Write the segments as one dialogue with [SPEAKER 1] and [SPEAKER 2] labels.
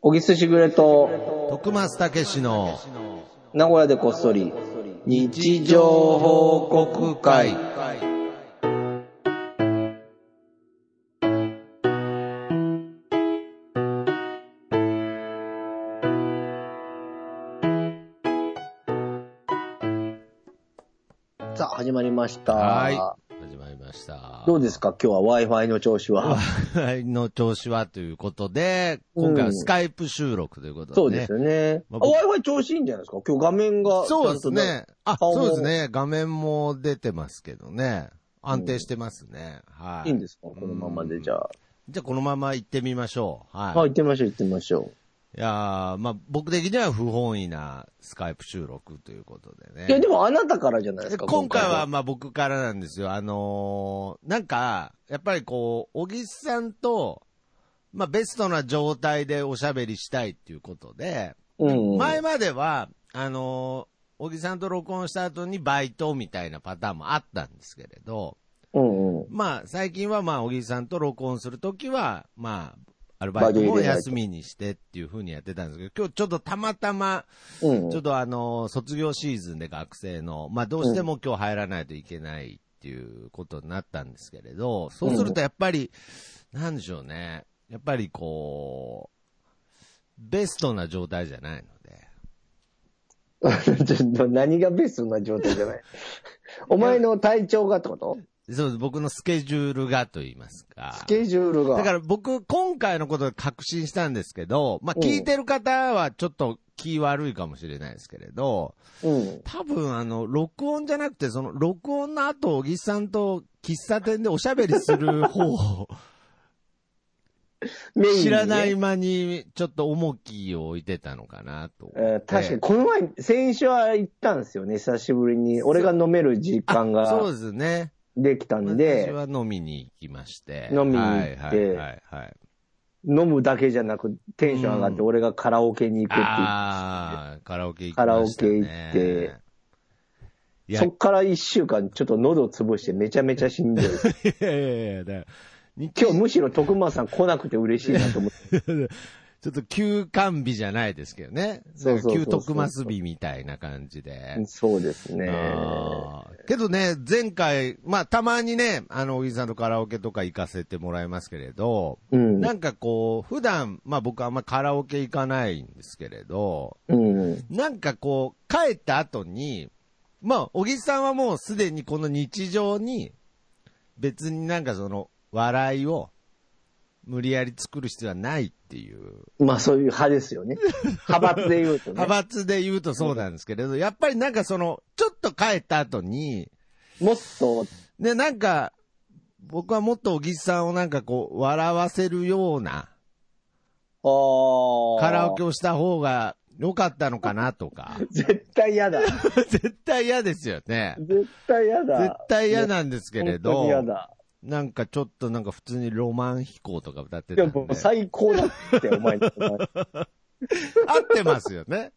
[SPEAKER 1] 小木すしぐれと、
[SPEAKER 2] 徳松たけしの
[SPEAKER 1] 名古屋でこっそり、
[SPEAKER 2] 日常報告会。
[SPEAKER 1] さあ、始まりました。
[SPEAKER 2] はい。始まりました。
[SPEAKER 1] どうですか今日は Wi-Fi の調子は。
[SPEAKER 2] はいの調子はということで、今回はスカイプ収録ということで、ね。
[SPEAKER 1] そうですよね。
[SPEAKER 2] ま
[SPEAKER 1] あ
[SPEAKER 2] あ僕
[SPEAKER 1] Wi-Fi 調子いいんじゃないですか今日画面が。
[SPEAKER 2] そうです
[SPEAKER 1] ちゃんと
[SPEAKER 2] ね
[SPEAKER 1] な。。
[SPEAKER 2] あ、
[SPEAKER 1] 顔
[SPEAKER 2] そ
[SPEAKER 1] も
[SPEAKER 2] うですね。画面も出てますけどね。安定してますね。はい。
[SPEAKER 1] いいんですかこのままでじゃあ。
[SPEAKER 2] じゃあこのまま行ってみましょう。はい。
[SPEAKER 1] はい、
[SPEAKER 2] い、
[SPEAKER 1] 行ってみましょう、行ってみましょ
[SPEAKER 2] やーまあ僕的には不本意なスカイプ収録ということでね。
[SPEAKER 1] う。いや、でもあなたからじゃないですか
[SPEAKER 2] 今回は、。まあ僕からなんですよ。あのーなんか、やっぱりこう、小木さんと、まあベストな状態でおしゃべりしたいっていうことで、
[SPEAKER 1] うん。
[SPEAKER 2] 前までは、あのー小木さんと録音した後にバイトみたいなパターンもあったんですけれど、
[SPEAKER 1] うんうん。
[SPEAKER 2] まあ最近はまあ小木さんと録音するときは、まあ、アルバイトも休みにしてっていうふうにやってたんですけど、今日ちょっとたまたま、
[SPEAKER 1] うん。
[SPEAKER 2] ちょっとあの、卒業シーズンで学生の、まあどうしても今日入らないといけないっていうことになったんですけれど、そうするとやっぱり、なんでしょうね。やっぱりこう、ベストな状態じゃないので。
[SPEAKER 1] ちょっと何がベストな状態じゃ ないお前の体調がってこと
[SPEAKER 2] そうです僕のスケジュールがと言いますか。
[SPEAKER 1] スケジュールが。
[SPEAKER 2] だから僕、今回のことで確信したんですけど、まあ聞いてる方はちょっと気悪いかもしれないですけれど、
[SPEAKER 1] うん。
[SPEAKER 2] 多分あの、録音じゃなくて、その、録音の後、小木さんと喫茶店でおしゃべりする方を、
[SPEAKER 1] メインにね
[SPEAKER 2] 知らない。間に、ちょっと重きを置いてたのかなと。
[SPEAKER 1] えー確かに、この前、先週は行ったんですよね、久しぶりに。俺が飲める時間
[SPEAKER 2] あそう
[SPEAKER 1] が
[SPEAKER 2] ですね。
[SPEAKER 1] できたん
[SPEAKER 2] 私
[SPEAKER 1] で、
[SPEAKER 2] は飲みに行きまして。
[SPEAKER 1] 飲みに行って
[SPEAKER 2] はいはいはい、はい。
[SPEAKER 1] 飲むだけじゃなく、テンション上がって、
[SPEAKER 2] うん
[SPEAKER 1] 俺がカラオケに行くって
[SPEAKER 2] ああ、カラオケ行きまし
[SPEAKER 1] カ
[SPEAKER 2] た、ね。
[SPEAKER 1] ラオケ行って。
[SPEAKER 2] い
[SPEAKER 1] いう。
[SPEAKER 2] や
[SPEAKER 1] そ、っから一週間、ちょっと喉潰してめちゃめちゃしんどい。
[SPEAKER 2] いやいやいや、だから日
[SPEAKER 1] 今日むしろ徳間さん来なくて嬉しいなと思って。
[SPEAKER 2] ちょっと休館日じゃないですけどね。
[SPEAKER 1] そうそうそうそう
[SPEAKER 2] なんか旧徳マス日みたいな感じで。
[SPEAKER 1] そうですね。
[SPEAKER 2] あーけどね、前回、まあ、たまにね、あの、小木さんとカラオケとか行かせてもらいますけれど、
[SPEAKER 1] うん。
[SPEAKER 2] なんかこう、普段、まあ僕あんまカラオケ行かないんですけれど、
[SPEAKER 1] うん。
[SPEAKER 2] なんかこう、帰った後に、まあ、小木さんはもうすでにこの日常に、別になんかその、笑いを、無理やり作る必要はないっていう
[SPEAKER 1] まあそういう派です よね。派閥で言うとね。
[SPEAKER 2] 派閥で言うとそうなんですけれど、やっぱりなんかその、ちょっと帰った後に、
[SPEAKER 1] もっと、
[SPEAKER 2] で、なんか、僕はもっと小木さんをなんかこう、笑わせるような、
[SPEAKER 1] ああ。
[SPEAKER 2] カラオケをした方が良かったのかなとか、
[SPEAKER 1] 絶対嫌だ。
[SPEAKER 2] 絶対嫌ですよね。
[SPEAKER 1] 絶対嫌だ。
[SPEAKER 2] 絶対嫌なんですけれ
[SPEAKER 1] 本当
[SPEAKER 2] ど
[SPEAKER 1] に、嫌だ。
[SPEAKER 2] なんかちょっとなんか普通にロマン飛行とか歌って
[SPEAKER 1] い
[SPEAKER 2] た
[SPEAKER 1] や、
[SPEAKER 2] んで
[SPEAKER 1] もう、最高だって、お前に。
[SPEAKER 2] 合ってますよ ね。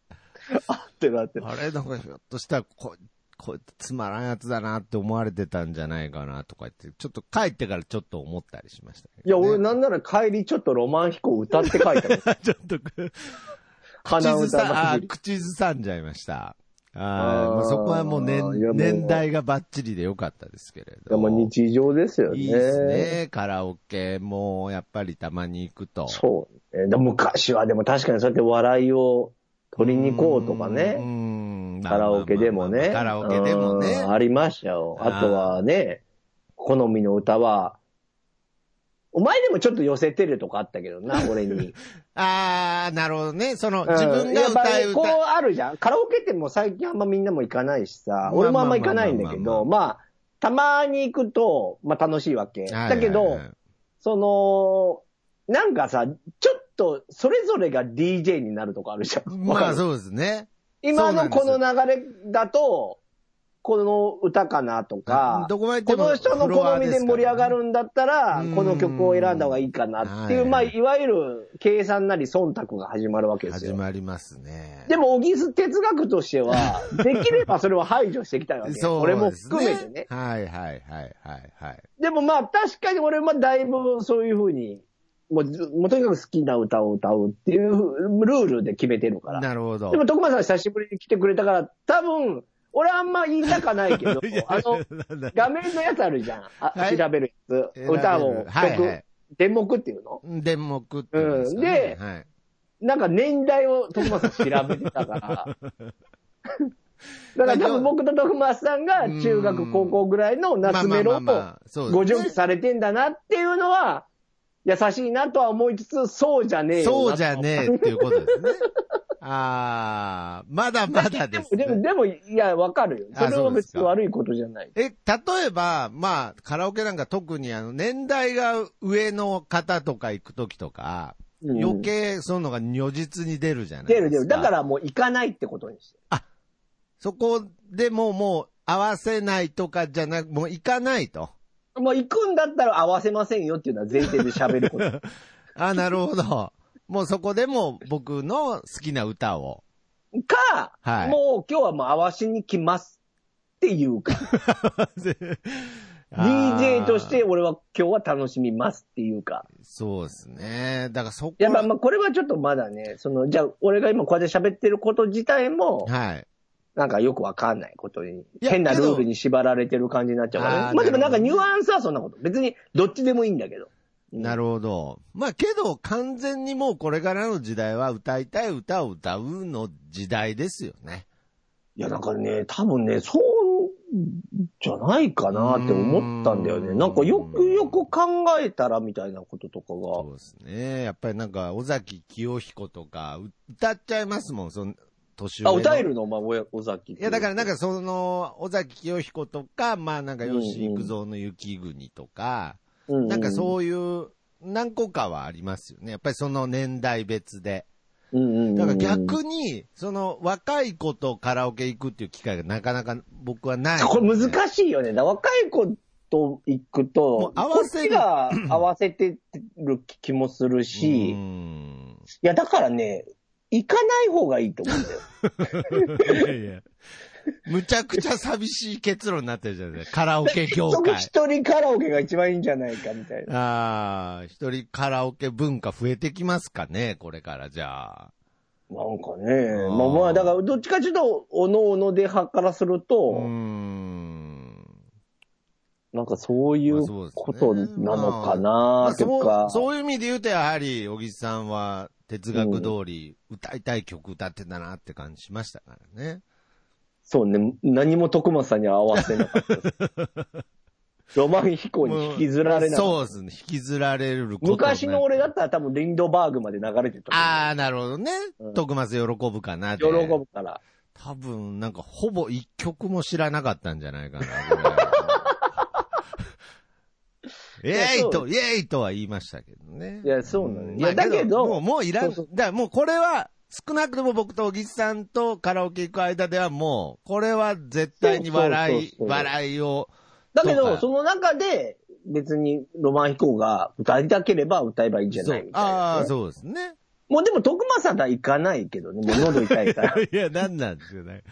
[SPEAKER 1] あってなって。
[SPEAKER 2] あれ、なんかひょっとしたら、こ、こいつつまらんやつだなって思われてたんじゃないかなとか言って、ちょっと帰ってからちょっと思ったりしましたけ
[SPEAKER 1] いや、
[SPEAKER 2] どね、
[SPEAKER 1] 俺なんなら帰りちょっとロマン飛行歌って書いたもん。
[SPEAKER 2] ちょっとく、
[SPEAKER 1] 鼻
[SPEAKER 2] 口ず
[SPEAKER 1] 歌
[SPEAKER 2] さ、
[SPEAKER 1] ま
[SPEAKER 2] あ
[SPEAKER 1] じり。
[SPEAKER 2] 口ずさんじゃいました。はい
[SPEAKER 1] あー
[SPEAKER 2] まあ、そこはもう年
[SPEAKER 1] いやもう
[SPEAKER 2] 年代がバッチリでよかったですけれ
[SPEAKER 1] で
[SPEAKER 2] ど。
[SPEAKER 1] も日常ですよね。
[SPEAKER 2] いいですね。カラオケもやっぱりたまに行くと。
[SPEAKER 1] そうね。でも昔はでも確かにそうやって笑いを取りに行こうとか
[SPEAKER 2] う
[SPEAKER 1] ね。
[SPEAKER 2] ん
[SPEAKER 1] カラオケでもね。
[SPEAKER 2] カラオケでもね
[SPEAKER 1] う。んありましたよ。
[SPEAKER 2] あー
[SPEAKER 1] あとはね、好みの歌は、お前でもちょっと寄せてるとかあったけどな、俺に。
[SPEAKER 2] あー、なるほどね。その、
[SPEAKER 1] うん
[SPEAKER 2] 自分が歌う
[SPEAKER 1] やっぱり
[SPEAKER 2] 歌
[SPEAKER 1] こう。あるじゃん。カラオケってもう最近あんまみんなも行かないし
[SPEAKER 2] ま
[SPEAKER 1] さ
[SPEAKER 2] あ、
[SPEAKER 1] 俺もあんま行かないんだけ
[SPEAKER 2] まあまあ
[SPEAKER 1] ど、まあ、たまに行くと、まあ楽しいわけ。
[SPEAKER 2] はい
[SPEAKER 1] だけ
[SPEAKER 2] はい
[SPEAKER 1] ど
[SPEAKER 2] はい、
[SPEAKER 1] その、なんかさ、ちょっと、それぞれが DJ になるとかあるじゃん。わ
[SPEAKER 2] ま
[SPEAKER 1] か
[SPEAKER 2] あ
[SPEAKER 1] る
[SPEAKER 2] そうですね。
[SPEAKER 1] 今のこ
[SPEAKER 2] そ
[SPEAKER 1] の
[SPEAKER 2] うな
[SPEAKER 1] 流れだと、この歌かなとか、
[SPEAKER 2] どこまで行って
[SPEAKER 1] こ
[SPEAKER 2] も
[SPEAKER 1] の人の
[SPEAKER 2] フロ
[SPEAKER 1] 好
[SPEAKER 2] ア
[SPEAKER 1] み
[SPEAKER 2] す
[SPEAKER 1] で
[SPEAKER 2] からね
[SPEAKER 1] 盛り上がるんだったら
[SPEAKER 2] うん、
[SPEAKER 1] この曲を選んだ方がいいかなっていう、
[SPEAKER 2] はい
[SPEAKER 1] まあ、いわゆる計算なり忖度が始まるわけです
[SPEAKER 2] 始
[SPEAKER 1] よ。
[SPEAKER 2] まりますね。
[SPEAKER 1] でも、おぎす哲学として は、できればそれを排除していきたいわけ。俺も含めてね。
[SPEAKER 2] はいはいはいはいはい。
[SPEAKER 1] でもまあ、確かに俺もだいぶそういうふうにもうず、もうとにかく好きな歌を歌うっていうルールで決めてるから。
[SPEAKER 2] なるほど
[SPEAKER 1] で。も、徳間さん久しぶりに来てくれたから、多分、俺あんま言いたかないけど
[SPEAKER 2] いや、
[SPEAKER 1] あの、画面のやつあるじゃん。あ
[SPEAKER 2] はい
[SPEAKER 1] 調べるやつ。歌を、曲、
[SPEAKER 2] はいはい。
[SPEAKER 1] 電目っていうの
[SPEAKER 2] 電目って言うんですかね、はい、
[SPEAKER 1] なんか年代を徳松さん調べてた から。だから多分僕と徳松さんが中
[SPEAKER 2] う
[SPEAKER 1] 学、
[SPEAKER 2] ん
[SPEAKER 1] 高校ぐらいの夏メロを
[SPEAKER 2] あ、そう
[SPEAKER 1] ご
[SPEAKER 2] で
[SPEAKER 1] 準備されてんだなっていうのは、優しいなとは思いつつ、そうじゃねえ
[SPEAKER 2] す
[SPEAKER 1] よなと
[SPEAKER 2] そうじゃねえっていうこと ですね。ああ、まだまだ
[SPEAKER 1] で
[SPEAKER 2] で
[SPEAKER 1] も
[SPEAKER 2] す、、ね
[SPEAKER 1] で。も、でもいや、わかるよ。そ
[SPEAKER 2] あ
[SPEAKER 1] れは別に悪いことじゃない。
[SPEAKER 2] え、例えば、まあ、カラオケなんか特にあの、年代が上の方とか行くときとか、
[SPEAKER 1] うん
[SPEAKER 2] 余計そういうのが如実に出るじゃないで
[SPEAKER 1] 出
[SPEAKER 2] すか。
[SPEAKER 1] る出る。だか。らもう行かないってことにして。
[SPEAKER 2] そこでもうもう合わせないとかじゃなく、もう行かないと。
[SPEAKER 1] もう行くんだったら合わせませんよっていうのは前提で喋る こと。
[SPEAKER 2] あ、なるほど。もうそこでもう僕の好きな歌を。
[SPEAKER 1] か、
[SPEAKER 2] はい
[SPEAKER 1] もう今日はもう合わしに来ますっていうか、
[SPEAKER 2] あー
[SPEAKER 1] DJ として。俺は今日は楽しみますっていうか。
[SPEAKER 2] そうですね。だからそこ
[SPEAKER 1] やっぱまあこれはちょっとまだね、その、じゃあ俺が今こうやって喋ってること自体も、
[SPEAKER 2] はい。
[SPEAKER 1] なんかよくわかんないことに、
[SPEAKER 2] いや
[SPEAKER 1] 変なルー
[SPEAKER 2] け
[SPEAKER 1] ル
[SPEAKER 2] ど
[SPEAKER 1] に縛られてる感じになっちゃうから、ね。
[SPEAKER 2] あー
[SPEAKER 1] まあでも
[SPEAKER 2] な
[SPEAKER 1] な
[SPEAKER 2] る
[SPEAKER 1] ん
[SPEAKER 2] ほ
[SPEAKER 1] か
[SPEAKER 2] ど
[SPEAKER 1] ニュアンスはそんなこと。別にどっちでもいいんだけど。
[SPEAKER 2] なるほど。まあけど、完全にもうこれからの時代は歌いたい歌を歌うの時代ですよね。
[SPEAKER 1] いや、なんかね、多分ね、そうじゃないかなって思ったんだよ
[SPEAKER 2] う
[SPEAKER 1] ね。
[SPEAKER 2] ん
[SPEAKER 1] なんかよくよく考えたらみたいなこととか
[SPEAKER 2] そ
[SPEAKER 1] が。
[SPEAKER 2] うですね。やっぱりなんか、尾崎清彦とか、う歌っちゃいますもん、その、年上の。
[SPEAKER 1] あ、歌えるのお前、おや尾崎。
[SPEAKER 2] いや、だからなんかその、尾崎清彦とか、まあなんか吉幾三の雪国とか、
[SPEAKER 1] うう、
[SPEAKER 2] なんか
[SPEAKER 1] う
[SPEAKER 2] そういう、何個かはありますよね。やっぱりその年代別で。
[SPEAKER 1] うんうんうん、
[SPEAKER 2] だから逆に、その若い子とカラオケ行くっていう機会がなかなか僕はない、
[SPEAKER 1] これ難しいよね。だから若い子と行く
[SPEAKER 2] もう
[SPEAKER 1] と、
[SPEAKER 2] 合わせる
[SPEAKER 1] こっちが合わせてる気もするし、
[SPEAKER 2] う
[SPEAKER 1] い
[SPEAKER 2] ん
[SPEAKER 1] や、だからね、行かない方がいいと思うんだよ。
[SPEAKER 2] いやいや。むちゃくちゃ寂しい結論になってるじゃないですか。カラオケ業
[SPEAKER 1] 結局
[SPEAKER 2] 界。
[SPEAKER 1] 一人カラオケが一番いいんじゃないかみたいな。
[SPEAKER 2] ああ、一人カラオケ文化増えてきますかね、これからじゃあ。
[SPEAKER 1] なんかね、
[SPEAKER 2] あー
[SPEAKER 1] まあまあ、だからどっちかちょっと、おのおので派からすると、
[SPEAKER 2] うーん。
[SPEAKER 1] なんかそういう
[SPEAKER 2] まあ
[SPEAKER 1] ことなのか
[SPEAKER 2] ま
[SPEAKER 1] な
[SPEAKER 2] あ、
[SPEAKER 1] とか
[SPEAKER 2] そう、。そういう意味で言うと、やはり、小木さんは哲学通り、歌いたい曲歌ってんだなって感じしましたからね。
[SPEAKER 1] そうね、何も徳松さんには合わせなかった です。ロマン飛行に引きずられなかっ
[SPEAKER 2] そうですね。引きずられる
[SPEAKER 1] た。
[SPEAKER 2] ことなく
[SPEAKER 1] 昔の俺だったら多分リンドバーグまで流れてた
[SPEAKER 2] ああ、なるほどね
[SPEAKER 1] う。ん
[SPEAKER 2] 徳松喜ぶかなって
[SPEAKER 1] と思う。喜ぶから。
[SPEAKER 2] 多分、なんか、ほぼ一曲も知らなかったんじゃな いかな。イ
[SPEAKER 1] や
[SPEAKER 2] ェ
[SPEAKER 1] そ
[SPEAKER 2] イ
[SPEAKER 1] う
[SPEAKER 2] と、イェイとは言いましたけどね。
[SPEAKER 1] いやそうなのよ
[SPEAKER 2] ん
[SPEAKER 1] いや
[SPEAKER 2] まあ
[SPEAKER 1] だけど
[SPEAKER 2] もう、もういらん。
[SPEAKER 1] そうそう
[SPEAKER 2] だからもうこれは、少なくとも僕と小木さんとカラオケ行く間ではもう、これは絶対に笑い
[SPEAKER 1] そうそう、そうそう
[SPEAKER 2] 笑いを、
[SPEAKER 1] だけ
[SPEAKER 2] そう
[SPEAKER 1] ど、
[SPEAKER 2] か
[SPEAKER 1] その中で別にロマン飛行が歌いたければ歌えばいいんじゃないみたい
[SPEAKER 2] あ
[SPEAKER 1] な
[SPEAKER 2] あ、。そうですね。
[SPEAKER 1] もうでも徳松さんとは行かないけどね、もう喉痛いから。
[SPEAKER 2] いや、なんなんですよね。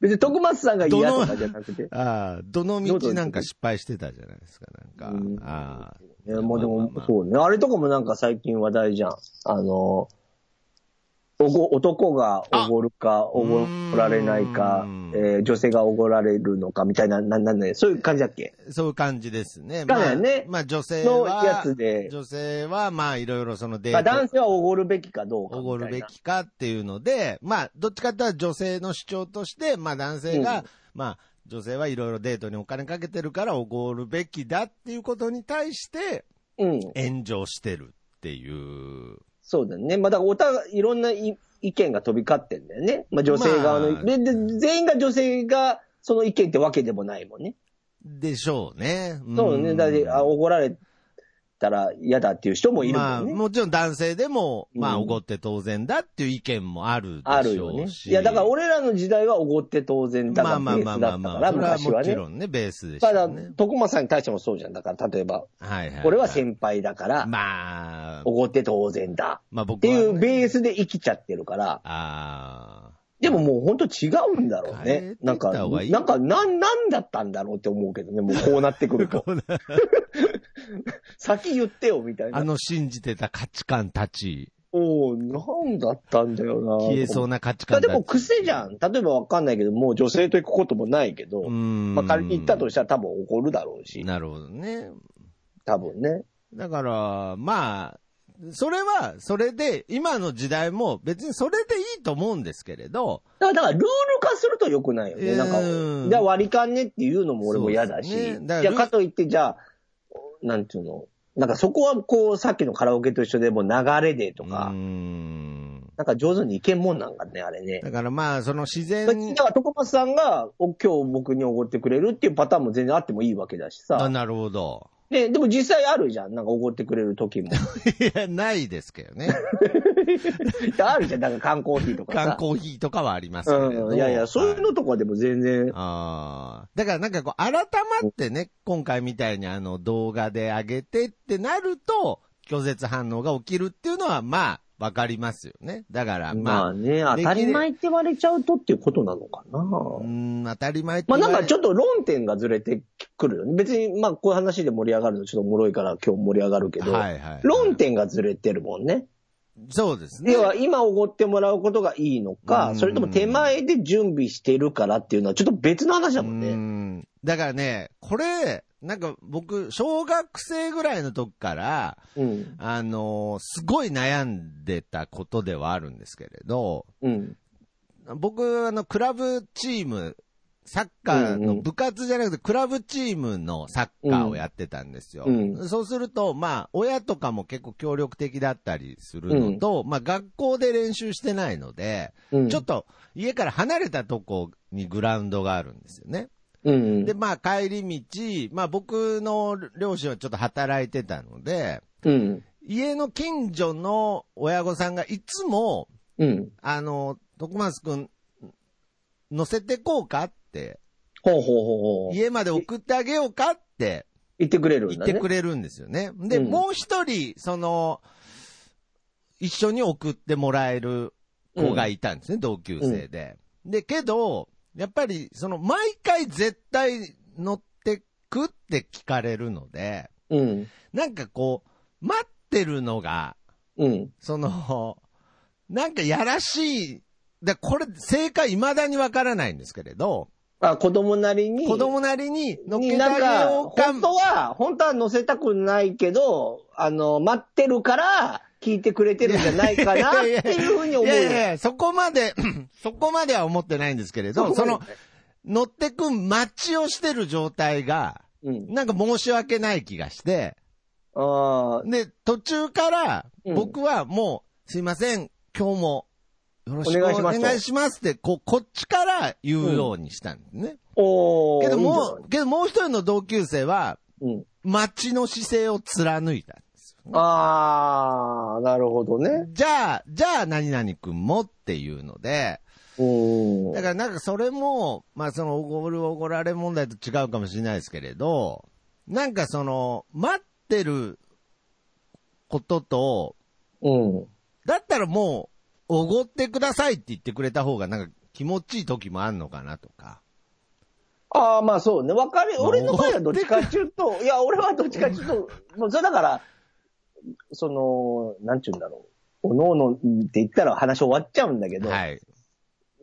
[SPEAKER 1] 別に徳松さんが嫌とかじゃなくて。
[SPEAKER 2] ああ、どの道なんか失敗してたじゃないですか、なん
[SPEAKER 1] うん
[SPEAKER 2] か。ああ。
[SPEAKER 1] ね、もうで
[SPEAKER 2] まあ
[SPEAKER 1] も
[SPEAKER 2] まあま、あ
[SPEAKER 1] そうね。あれとかもなんか最近話題じゃん。あの、おご男がおごるか、おごられないか
[SPEAKER 2] うーん、
[SPEAKER 1] えー女性がおごられるのかみたいな、な、な、な、そういう感じだっけ
[SPEAKER 2] そういう感じですね。
[SPEAKER 1] だ
[SPEAKER 2] ま
[SPEAKER 1] か
[SPEAKER 2] あ、
[SPEAKER 1] らね
[SPEAKER 2] まあ女性
[SPEAKER 1] の
[SPEAKER 2] は、
[SPEAKER 1] やつで、
[SPEAKER 2] 女性は、まあいろいろそのデ
[SPEAKER 1] まあ
[SPEAKER 2] ー
[SPEAKER 1] 男
[SPEAKER 2] ト、
[SPEAKER 1] 性はおごるべきかどうか
[SPEAKER 2] お
[SPEAKER 1] みたいな。
[SPEAKER 2] ごるべきかっていうので、まあどっちかっていうと女性の主張として、まあ男性が、
[SPEAKER 1] うん
[SPEAKER 2] まあ女性はいろいろデートにお金かけてるからおごるべきだっていうことに対して
[SPEAKER 1] うん。
[SPEAKER 2] 炎上してるっていう。
[SPEAKER 1] そうだね。まあ、だからお互い、いろんない意見が飛び交ってんだよね。まあ、女性側の、
[SPEAKER 2] まあ
[SPEAKER 1] でで、全員が女性が、その意見ってわけでもないもんね。
[SPEAKER 2] でしょうね。ん
[SPEAKER 1] そうね。だって、あ、おごられたら嫌だっていう人もいる
[SPEAKER 2] ま
[SPEAKER 1] も
[SPEAKER 2] あ、
[SPEAKER 1] んね。
[SPEAKER 2] もちろん男性でも、まあ、
[SPEAKER 1] うん
[SPEAKER 2] おごって当然だっていう意見もある
[SPEAKER 1] あ
[SPEAKER 2] で
[SPEAKER 1] る
[SPEAKER 2] しょ
[SPEAKER 1] よね
[SPEAKER 2] う。し。
[SPEAKER 1] いや、だから俺らの時代はおごって当然だ
[SPEAKER 2] ま
[SPEAKER 1] が
[SPEAKER 2] あ
[SPEAKER 1] ベ
[SPEAKER 2] ま
[SPEAKER 1] ー
[SPEAKER 2] あまあ
[SPEAKER 1] ス
[SPEAKER 2] ま
[SPEAKER 1] だ
[SPEAKER 2] あ
[SPEAKER 1] ったから、
[SPEAKER 2] まあ、それは
[SPEAKER 1] 昔
[SPEAKER 2] も
[SPEAKER 1] は
[SPEAKER 2] ち
[SPEAKER 1] ね。
[SPEAKER 2] ろんね、ベースでしたた
[SPEAKER 1] だ
[SPEAKER 2] ね。、
[SPEAKER 1] 徳間さんに対してもそうじゃん。だから、例えば、
[SPEAKER 2] はいはい。
[SPEAKER 1] 俺は先輩だから、
[SPEAKER 2] まあ、
[SPEAKER 1] おごって当然だ。
[SPEAKER 2] まあ
[SPEAKER 1] っ
[SPEAKER 2] 僕
[SPEAKER 1] て
[SPEAKER 2] はね、
[SPEAKER 1] いうベースで生きちゃってるから、
[SPEAKER 2] ああ。
[SPEAKER 1] でももう本当違うんだろう
[SPEAKER 2] 変え
[SPEAKER 1] ね。
[SPEAKER 2] て
[SPEAKER 1] なんか、
[SPEAKER 2] った方がいい
[SPEAKER 1] なんか、なん、なんだったんだろうって思うけどね、もうこうなってくると。 先言ってよ、みたい
[SPEAKER 2] あ
[SPEAKER 1] な。
[SPEAKER 2] の信じてた価値観たち、
[SPEAKER 1] おおなんだったんだよな。
[SPEAKER 2] 消えそうな価値
[SPEAKER 1] だ
[SPEAKER 2] 観
[SPEAKER 1] って
[SPEAKER 2] たち。
[SPEAKER 1] もう癖じゃん。例えばわかんないけど、もう女性と行くこともないけど、
[SPEAKER 2] うん。
[SPEAKER 1] まあ仮に行ったとしたら多分怒るだろうし、
[SPEAKER 2] なるほどね。
[SPEAKER 1] 多分ね。
[SPEAKER 2] だから、まあ、それは、それで、今の時代も別にそれでいいと思うんですけれど、
[SPEAKER 1] だから、だからルール化すると良くないよね。
[SPEAKER 2] うん
[SPEAKER 1] なんか、じゃあ割り勘ねっていうのも俺も嫌だし、
[SPEAKER 2] そうですねだから
[SPEAKER 1] じゃあ
[SPEAKER 2] ルー
[SPEAKER 1] かといって、じゃあ、なんていうの、なんかそこはこう、さっきのカラオケと一緒でもう流れでとか、
[SPEAKER 2] うん。
[SPEAKER 1] なんか上手にいけんもんなんかね、あれね。
[SPEAKER 2] だからまあ、その自
[SPEAKER 1] だ
[SPEAKER 2] 然
[SPEAKER 1] から、徳松さんが、お今日僕におごってくれるっていうパターンも全然あってもいいわけだし
[SPEAKER 2] あ、
[SPEAKER 1] さ。
[SPEAKER 2] なるほど。
[SPEAKER 1] ね、でも実際あるじゃん。なんかおごってくれる時も。
[SPEAKER 2] いや、ないですけどね。
[SPEAKER 1] あるじゃん。なんか缶コーヒーとかさ。
[SPEAKER 2] 缶コーヒーとかはありますけれど。
[SPEAKER 1] うん。いやいや、そういう
[SPEAKER 2] は
[SPEAKER 1] のとかでも全然、
[SPEAKER 2] ああ。だからなんかこう、改まってね、今回みたいにあの動画で上げてってなると、拒絶反応が起きるっていうのは、まあ、わかりますよね。だから、
[SPEAKER 1] まあ
[SPEAKER 2] まあ、
[SPEAKER 1] ね、当たり前って言われちゃうとっていうことなのかな。
[SPEAKER 2] うーん、当たり前って
[SPEAKER 1] まあなんかちょ
[SPEAKER 2] っ
[SPEAKER 1] っと論点がずれてくるよね。別に、まあこういう話で盛り上がるのちょっとおもろいから今日盛り上がるけど、
[SPEAKER 2] はいはい。
[SPEAKER 1] 論点がずれてるもんね。
[SPEAKER 2] そうですね。
[SPEAKER 1] 要は今おごってもらうことがいいの
[SPEAKER 2] う
[SPEAKER 1] か、
[SPEAKER 2] ん
[SPEAKER 1] それとも手前で準備してるからっていうのはちょっと別の話だもん
[SPEAKER 2] うー
[SPEAKER 1] ね。
[SPEAKER 2] んだからね、これ、なんか僕、小学生ぐらいの時から、
[SPEAKER 1] うん。
[SPEAKER 2] あのーすごい悩んでたことではあるんですけれど、
[SPEAKER 1] うん。
[SPEAKER 2] 僕、あの、クラブチーム、サッカー
[SPEAKER 1] うんう
[SPEAKER 2] の
[SPEAKER 1] ん
[SPEAKER 2] 部活じゃなくて、クラブチームのサッカーをやってたんですよ。
[SPEAKER 1] うん
[SPEAKER 2] そうすると、まあ、親とかも結構協力的だったりするのと、まあ、学校で練習してないので、
[SPEAKER 1] うん。
[SPEAKER 2] ちょっと家から離れたとこにグラウンドがあるんですよね。
[SPEAKER 1] うん。
[SPEAKER 2] で、まあ、帰り道、まあ、僕の両親はちょっと働いてたので、
[SPEAKER 1] うん。
[SPEAKER 2] 家の近所の親御さんがいつも、
[SPEAKER 1] うん。
[SPEAKER 2] あの、徳松くん、乗せてこうかって、
[SPEAKER 1] ほうほうほうほう。
[SPEAKER 2] 家まで送ってあげようかって
[SPEAKER 1] 言ってくれるん
[SPEAKER 2] 言
[SPEAKER 1] だ
[SPEAKER 2] っ
[SPEAKER 1] ね。
[SPEAKER 2] てくれるんですよね。で、
[SPEAKER 1] うん
[SPEAKER 2] もう一人、その、一緒に送ってもらえる子がいたんですね、同級生で。で、けど、やっぱり、その、毎回絶対乗ってくって聞かれるので、
[SPEAKER 1] うん。
[SPEAKER 2] なんかこう、待ってるのが、
[SPEAKER 1] うん。
[SPEAKER 2] その、なんかやらしい、でこれ、正解未だにわからないんですけれど、
[SPEAKER 1] あ、子供なりに。
[SPEAKER 2] 子供なりに乗っけ
[SPEAKER 1] に
[SPEAKER 2] て
[SPEAKER 1] なん
[SPEAKER 2] あ
[SPEAKER 1] か
[SPEAKER 2] げよ、うか
[SPEAKER 1] 本、当は、本当は乗せたくないけど、あの、待ってるから、聞いてくれてるんじゃないかなっていうふうに思うよ。
[SPEAKER 2] いやいやいや、そこまで、 そこまでは思ってないんですけれど、その、乗ってく待ちをしてる状態が、
[SPEAKER 1] うん。
[SPEAKER 2] なんか申し訳ない気がして、
[SPEAKER 1] ああ、
[SPEAKER 2] で、途中から、
[SPEAKER 1] うん
[SPEAKER 2] 僕はもう、すいません、今日も、よろしく
[SPEAKER 1] お
[SPEAKER 2] お
[SPEAKER 1] 願いしますと
[SPEAKER 2] 願いしますって、こう、こっちから言うようにしたんですね。
[SPEAKER 1] おー
[SPEAKER 2] けど
[SPEAKER 1] いいんじ
[SPEAKER 2] もう、けどもう一人の同級生は、
[SPEAKER 1] ゃないうん。
[SPEAKER 2] 街の姿勢を貫いたんですよね。
[SPEAKER 1] ああ、なるほどね。
[SPEAKER 2] じゃあ、じゃあ何々くんもっていうので、
[SPEAKER 1] うん。
[SPEAKER 2] だからなんかそれも、まあそのおごるおごられ問題と違うかもしれないですけれど、なんかその、待ってることと、
[SPEAKER 1] うん。
[SPEAKER 2] だったらもう、おごってくださいって言ってくれた方がなんか気持ちいい時もあんのかなとか。
[SPEAKER 1] ああ、まあそうね。わかる。
[SPEAKER 2] もう
[SPEAKER 1] 俺の場合はどっちかっていう と、いや、俺はどっちかっていうと、もうそれだから、その、なんちゅうんだろう。おのおのって言ったら話終わっちゃうんだけど、
[SPEAKER 2] はい。